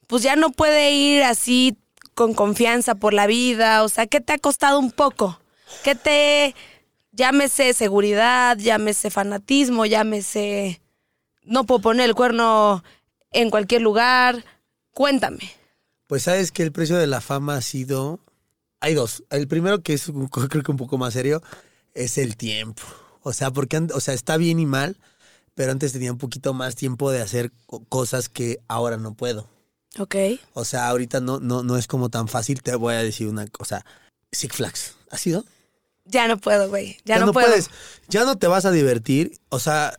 [SPEAKER 3] pues ya no puede ir así con confianza por la vida. O sea, ¿qué te ha costado un poco? ¿Qué te, llámese seguridad, llámese fanatismo, llámese, no puedo poner el cuerno en cualquier lugar? Cuéntame.
[SPEAKER 4] Pues sabes que el precio de la fama ha sido. Hay dos. El primero, que es un- creo que un poco más serio, es el tiempo. O sea, porque an- o sea, está bien y mal, pero antes tenía un poquito más tiempo de hacer co- cosas que ahora no puedo.
[SPEAKER 3] Ok.
[SPEAKER 4] O sea, ahorita no, no, no es como tan fácil. Te voy a decir una cosa. Six Flags. ¿Ha sido?
[SPEAKER 3] Ya no puedo, güey. Ya, no, puedo.
[SPEAKER 4] puedes. Ya no te vas a divertir. O sea,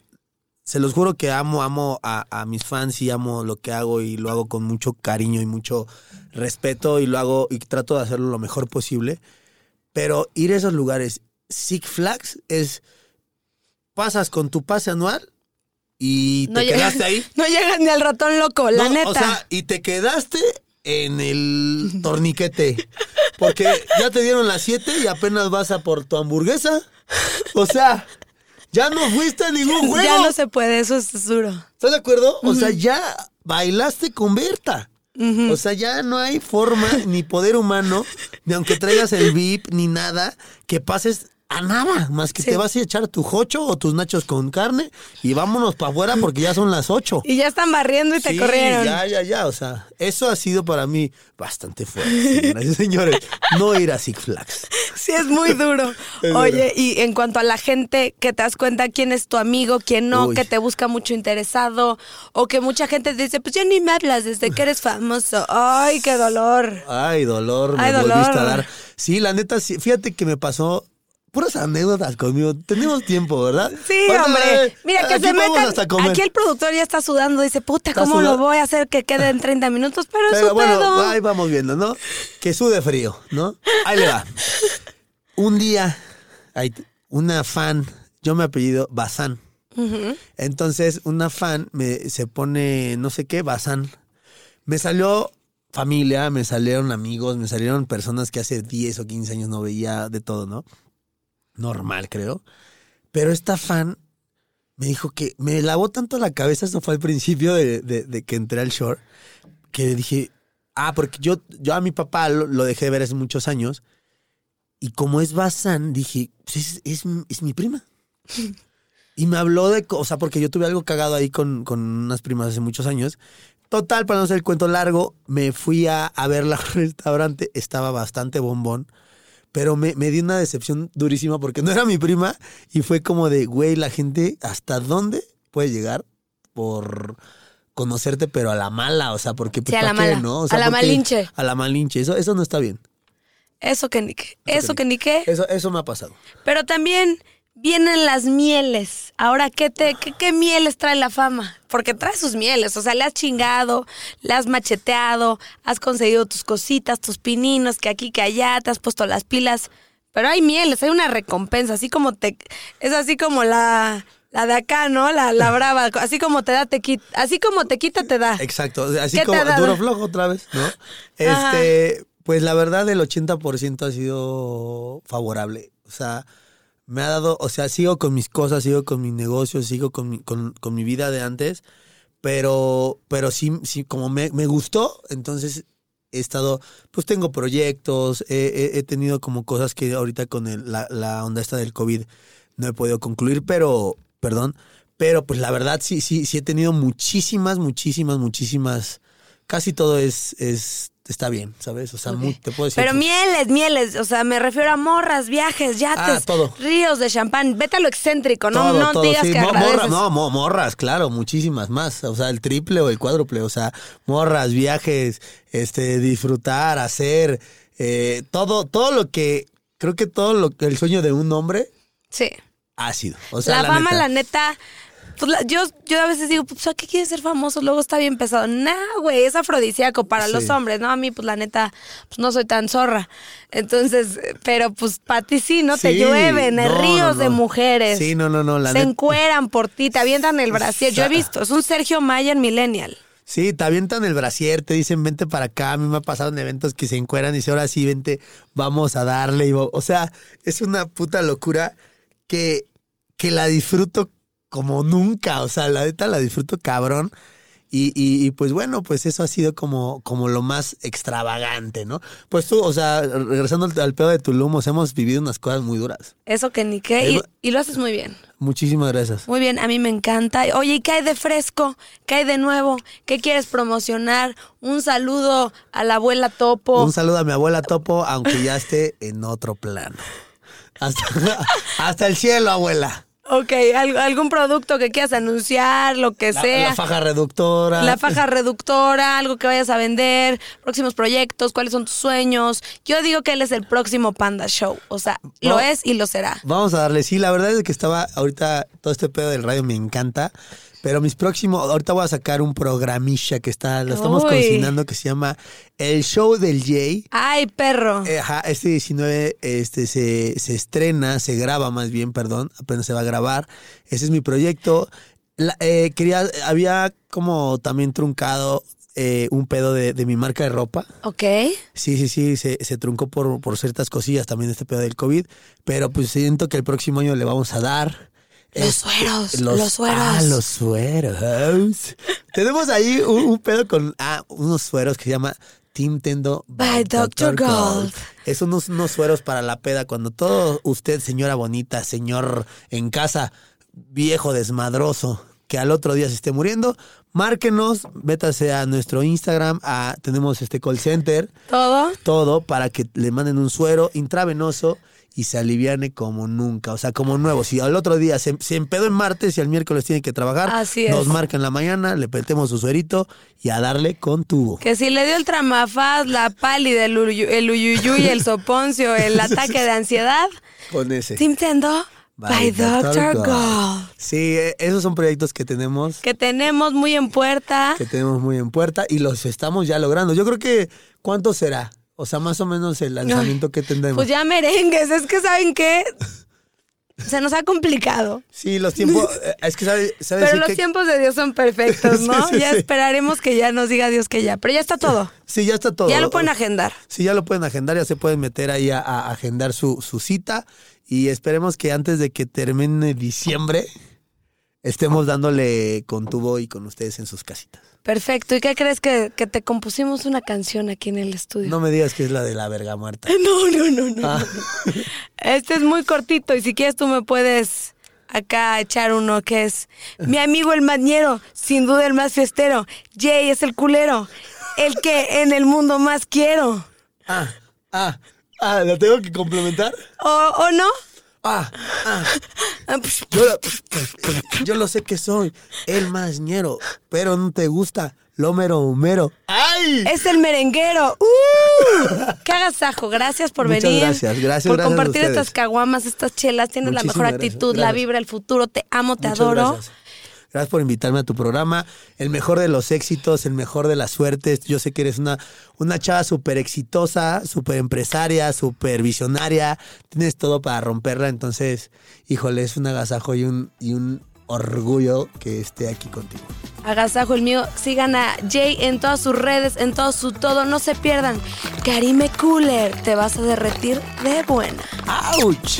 [SPEAKER 4] se los juro que amo, amo a, a mis fans y amo lo que hago y lo hago con mucho cariño y mucho respeto y lo hago y trato de hacerlo lo mejor posible. Pero ir a esos lugares, Six Flags, es pasas con tu pase anual y
[SPEAKER 3] No
[SPEAKER 4] te
[SPEAKER 3] llega-
[SPEAKER 4] quedaste ahí.
[SPEAKER 3] No llegas ni al ratón loco, la
[SPEAKER 4] No,
[SPEAKER 3] neta.
[SPEAKER 4] O sea, y te quedaste en el torniquete. Porque ya te dieron las 7 y apenas vas a por tu hamburguesa. O sea, ya no fuiste a ningún juego.
[SPEAKER 3] Ya no se puede, eso es duro.
[SPEAKER 4] ¿Estás de acuerdo? O sea, ya bailaste con Berta. O sea, ya no hay forma ni poder humano, ni aunque traigas el VIP ni nada, que pases a nada, más que
[SPEAKER 3] Sí.
[SPEAKER 4] te vas a ir a echar tu jocho o tus nachos con carne y vámonos para afuera porque ya son las ocho.
[SPEAKER 3] Y ya están barriendo y te
[SPEAKER 4] Sí,
[SPEAKER 3] corrieron.
[SPEAKER 4] Ya, ya, ya. O sea, eso ha sido para mí bastante fuerte, señoras y señores. No ir a Six Flags.
[SPEAKER 3] Sí, es muy duro.
[SPEAKER 4] Es
[SPEAKER 3] Oye, y en cuanto a la gente que te das cuenta quién es tu amigo, quién no,
[SPEAKER 4] Uy.
[SPEAKER 3] que te busca mucho interesado, o que mucha gente te dice, pues ya ni me hablas desde que eres famoso. Ay, qué dolor.
[SPEAKER 4] Ay, dolor, me
[SPEAKER 3] Ay, dolor.
[SPEAKER 4] volviste a dar. Sí, la neta, sí. fíjate que me pasó puras anécdotas conmigo. Tenemos tiempo, ¿verdad?
[SPEAKER 3] Sí,
[SPEAKER 4] Bueno,
[SPEAKER 3] hombre.
[SPEAKER 4] eh,
[SPEAKER 3] Mira, que
[SPEAKER 4] aquí
[SPEAKER 3] se
[SPEAKER 4] vamos
[SPEAKER 3] metan.
[SPEAKER 4] hasta comer.
[SPEAKER 3] Aquí el productor ya está sudando. Dice, puta,
[SPEAKER 4] Está
[SPEAKER 3] ¿cómo lo
[SPEAKER 4] sudando.
[SPEAKER 3] voy a hacer que quede en 30 minutos? Pero, es
[SPEAKER 4] Pero
[SPEAKER 3] su
[SPEAKER 4] bueno,
[SPEAKER 3] pedo.
[SPEAKER 4] ahí vamos viendo, ¿no? Que sude frío, ¿no? Ahí le va. Un día, ahí te- una fan, yo me apellido Bazán. Entonces, una fan me, se pone, no sé qué, Bazán. Me salió familia, me salieron amigos, me salieron personas que hace 10 o 15 años no veía de todo, ¿no? Normal, creo. Pero esta fan me dijo que me lavó tanto la cabeza, eso fue al principio de, de- de que entré al short, que dije, ah, porque yo, yo a mi papá lo, lo dejé de ver hace muchos años, y como es Bazán, dije, pues es, es, es mi prima. Y me habló de cosa, porque yo tuve algo cagado ahí con, con unas primas hace muchos años. Total, para no hacer el cuento largo, me fui a, a verla al restaurante, estaba bastante bombón. Pero me, me di una decepción durísima porque no era mi prima y fue como de, güey, la gente, ¿hasta dónde puede llegar por conocerte, pero a la mala? O sea, porque pues,
[SPEAKER 3] Sí, a la
[SPEAKER 4] ¿pa' qué,
[SPEAKER 3] mala.
[SPEAKER 4] ¿no? O sea,
[SPEAKER 3] A la
[SPEAKER 4] ¿por qué?
[SPEAKER 3] malinche.
[SPEAKER 4] A la malinche. Eso, eso no está bien.
[SPEAKER 3] Eso que ni qué. Eso que ni qué.
[SPEAKER 4] Eso, eso me ha pasado.
[SPEAKER 3] Pero también vienen las mieles. Ahora, ¿qué, te, qué, qué mieles trae la fama? Porque trae sus mieles. O sea, le has chingado, le has macheteado, has conseguido tus cositas, tus pininos, que aquí, que allá, te has puesto las pilas. Pero hay mieles, hay una recompensa. Así como te. Es así como la. La de acá, ¿no? La, la brava. Así como te da, te quita. Así como te quita, te da.
[SPEAKER 4] Exacto. O sea, Así
[SPEAKER 3] Ah, ¿Qué te
[SPEAKER 4] como
[SPEAKER 3] ha dado?
[SPEAKER 4] duro flojo otra vez, ¿no?
[SPEAKER 3] Ajá.
[SPEAKER 4] Este, pues la verdad, el 80% ha sido favorable. O sea, me ha dado, o sea, sigo con mis cosas, sigo con mis negocios, sigo con mi, con, con mi vida de antes, pero, pero sí, sí como me, me gustó, entonces he estado, pues tengo proyectos, he, he- he tenido como cosas que ahorita con el- la, la onda esta del COVID no he podido concluir, pero, perdón, pero pues la verdad sí, sí, sí he tenido muchísimas, muchísimas, muchísimas, casi todo es, es está bien, ¿sabes? O sea, mu- te puedo decir.
[SPEAKER 3] Pero
[SPEAKER 4] que-
[SPEAKER 3] mieles, mieles, o sea, me refiero a morras, viajes, yates,
[SPEAKER 4] Ah, todo.
[SPEAKER 3] ríos de champán. Vete a lo excéntrico, no,
[SPEAKER 4] Todo,
[SPEAKER 3] no
[SPEAKER 4] todo,
[SPEAKER 3] digas
[SPEAKER 4] sí.
[SPEAKER 3] que
[SPEAKER 4] Mo-
[SPEAKER 3] agradeces.
[SPEAKER 4] morras, no, mo- morras, claro, muchísimas más. O sea, el triple o el cuádruple. O sea, morras, viajes, este, disfrutar, hacer, eh, todo, todo lo que, creo que todo lo que el sueño de un hombre
[SPEAKER 3] Sí.
[SPEAKER 4] ha sido. O sea,
[SPEAKER 3] la, fama,
[SPEAKER 4] neta.
[SPEAKER 3] la neta. pues, la- yo, yo a veces digo, pues, ¿a qué quieres ser famoso? Luego está bien pesado. Nah, güey, es afrodisíaco para
[SPEAKER 4] Sí.
[SPEAKER 3] los hombres, ¿no? A mí, pues, la neta, pues, no soy tan zorra. Entonces, eh, pero, pues, para ti sí, ¿no? te
[SPEAKER 4] Sí,
[SPEAKER 3] llueven eh,
[SPEAKER 4] no, no,
[SPEAKER 3] ríos de
[SPEAKER 4] no.
[SPEAKER 3] mujeres.
[SPEAKER 4] Sí, no, no, no, la
[SPEAKER 3] Se
[SPEAKER 4] neta.
[SPEAKER 3] encueran por ti, te avientan el brasier. Yo he
[SPEAKER 4] Sa-
[SPEAKER 3] visto, es un Sergio Mayer millennial.
[SPEAKER 4] Sí, te avientan el brasier, te dicen vente para acá. A mí me ha pasado en eventos que se encueran y dice ahora sí, vente, vamos a darle. y va- O sea, es una puta locura que, que la disfruto como nunca. O sea, la neta la disfruto cabrón. Y, y- y, pues bueno, pues eso ha sido como, como lo más extravagante, ¿no? Pues tú, o sea, regresando al, al pedo de Tulum, o sea, hemos vivido unas cosas muy duras.
[SPEAKER 3] Eso que ni qué. Y,
[SPEAKER 4] Ahí va.
[SPEAKER 3] y lo haces muy bien.
[SPEAKER 4] Muchísimas gracias.
[SPEAKER 3] Muy bien, a mí me encanta. Oye, ¿y qué hay de fresco? ¿Qué hay de nuevo? ¿Qué quieres promocionar? Un saludo a la abuela Topo.
[SPEAKER 4] Un saludo a mi abuela Topo, aunque ya esté en otro plano. Hasta, hasta el cielo, abuela.
[SPEAKER 3] ok, al- algún producto que quieras anunciar, lo que
[SPEAKER 4] La,
[SPEAKER 3] sea.
[SPEAKER 4] la faja reductora.
[SPEAKER 3] La faja reductora, algo que vayas a vender, próximos proyectos, cuáles son tus sueños. Yo digo que él es el próximo Panda Show. O sea, lo
[SPEAKER 4] No.
[SPEAKER 3] es y lo será.
[SPEAKER 4] Vamos a darle, sí, la verdad es que estaba ahorita, todo este pedo del radio me encanta, pero mis próximos, ahorita voy a sacar un programilla que está, lo estamos
[SPEAKER 3] Uy.
[SPEAKER 4] cocinando que se llama El Show del Jay.
[SPEAKER 3] Ay, perro.
[SPEAKER 4] Eh, Ajá, este 19 este, se, se estrena, se graba más bien, perdón, apenas se va a grabar. Ese es mi proyecto. La- eh, quería, había como también truncado eh, un pedo de, de mi marca de ropa.
[SPEAKER 3] ok.
[SPEAKER 4] Sí, sí, sí, se, se truncó por, por ciertas cosillas también este pedo del COVID, pero pues siento que el próximo año le vamos a dar.
[SPEAKER 3] Los
[SPEAKER 4] Este,
[SPEAKER 3] sueros, los sueros.
[SPEAKER 4] Ah, los sueros. Tenemos ahí un, un pedo con ah, unos sueros que se llama Team Tendo
[SPEAKER 3] By Dr. Gold.
[SPEAKER 4] Es unos, unos sueros para la peda. Cuando todo usted, señora bonita, señor en casa, viejo desmadroso, que al otro día se esté muriendo, márquenos, métase a nuestro Instagram, a, tenemos este call center,
[SPEAKER 3] Todo.
[SPEAKER 4] todo para que le manden un suero intravenoso y se aliviane como nunca, o sea, como nuevo. Si al otro día se, se empedó en martes y al miércoles tiene que trabajar,
[SPEAKER 3] Así es.
[SPEAKER 4] nos marca en la mañana, le metemos su suerito y a darle con tubo.
[SPEAKER 3] Que si le dio el tramafaz, la pálida, el, uyu- el uyuyuy, el soponcio, el ataque de ansiedad,
[SPEAKER 4] Con ese.
[SPEAKER 3] Team Tendo by, Dr.
[SPEAKER 4] Gold.
[SPEAKER 3] Gold.
[SPEAKER 4] Sí, eh, esos son proyectos que tenemos.
[SPEAKER 3] Que tenemos muy en puerta.
[SPEAKER 4] que tenemos muy en puerta y los estamos ya logrando. Yo creo que, ¿cuánto será? O sea, más o menos el lanzamiento que tendremos.
[SPEAKER 3] Pues ya merengues, es que ¿saben qué? Se nos ha complicado.
[SPEAKER 4] Sí, los tiempos. eh, Es que sabes, sabes
[SPEAKER 3] Pero
[SPEAKER 4] sí
[SPEAKER 3] los
[SPEAKER 4] que-
[SPEAKER 3] tiempos de Dios son perfectos, ¿no?
[SPEAKER 4] Sí, sí,
[SPEAKER 3] ya
[SPEAKER 4] sí.
[SPEAKER 3] esperaremos que ya nos diga Dios que ya. Pero ya está todo.
[SPEAKER 4] Sí, ya está todo.
[SPEAKER 3] Ya lo pueden agendar.
[SPEAKER 4] Sí, ya lo pueden agendar, ya se pueden meter ahí a, a agendar su, su cita. Y esperemos que antes de que termine diciembre estemos dándole con tubo y con ustedes en sus casitas.
[SPEAKER 3] Perfecto. ¿Y qué crees que, que te compusimos una canción aquí en el estudio?
[SPEAKER 4] No me digas que es la de la verga muerta.
[SPEAKER 3] No, no, no, no.
[SPEAKER 4] Ah.
[SPEAKER 3] Este es muy cortito y si quieres tú me puedes acá echar uno que es mi amigo el mañero, sin duda el más fiestero. Jay es el culero, el que en el mundo más quiero.
[SPEAKER 4] Ah, ah, ah, ¿la tengo que complementar?
[SPEAKER 3] ¿O, o no?
[SPEAKER 4] Ah, ah.
[SPEAKER 3] Ah, psh,
[SPEAKER 4] Yo lo, yo lo sé que soy el más ñero, pero no te gusta. Lomero Homero. ¡Ay!
[SPEAKER 3] Es el merenguero. ¡Uh! ¡Qué agasajo! Gracias por
[SPEAKER 4] Muchas
[SPEAKER 3] venir.
[SPEAKER 4] gracias, gracias,
[SPEAKER 3] Por
[SPEAKER 4] gracias a
[SPEAKER 3] compartir
[SPEAKER 4] ustedes.
[SPEAKER 3] estas caguamas, estas chelas. Tienes la
[SPEAKER 4] Muchísimas
[SPEAKER 3] mejor
[SPEAKER 4] gracias,
[SPEAKER 3] actitud, la
[SPEAKER 4] gracias.
[SPEAKER 3] vibra, el futuro. Te amo, te
[SPEAKER 4] Muchas
[SPEAKER 3] adoro.
[SPEAKER 4] Gracias. Gracias por invitarme a tu programa. El mejor de los éxitos, el mejor de las suertes. Yo sé que eres una, una chava súper exitosa, súper empresaria, súper visionaria. Tienes todo para romperla. Entonces, híjole, es un agasajo y un, y un orgullo que esté aquí contigo.
[SPEAKER 3] Agasajo el mío. Sigan a Jay en todas sus redes, en todo su todo. No se pierdan. Karime Cooler, te vas a derretir de buena.
[SPEAKER 4] ¡Auch!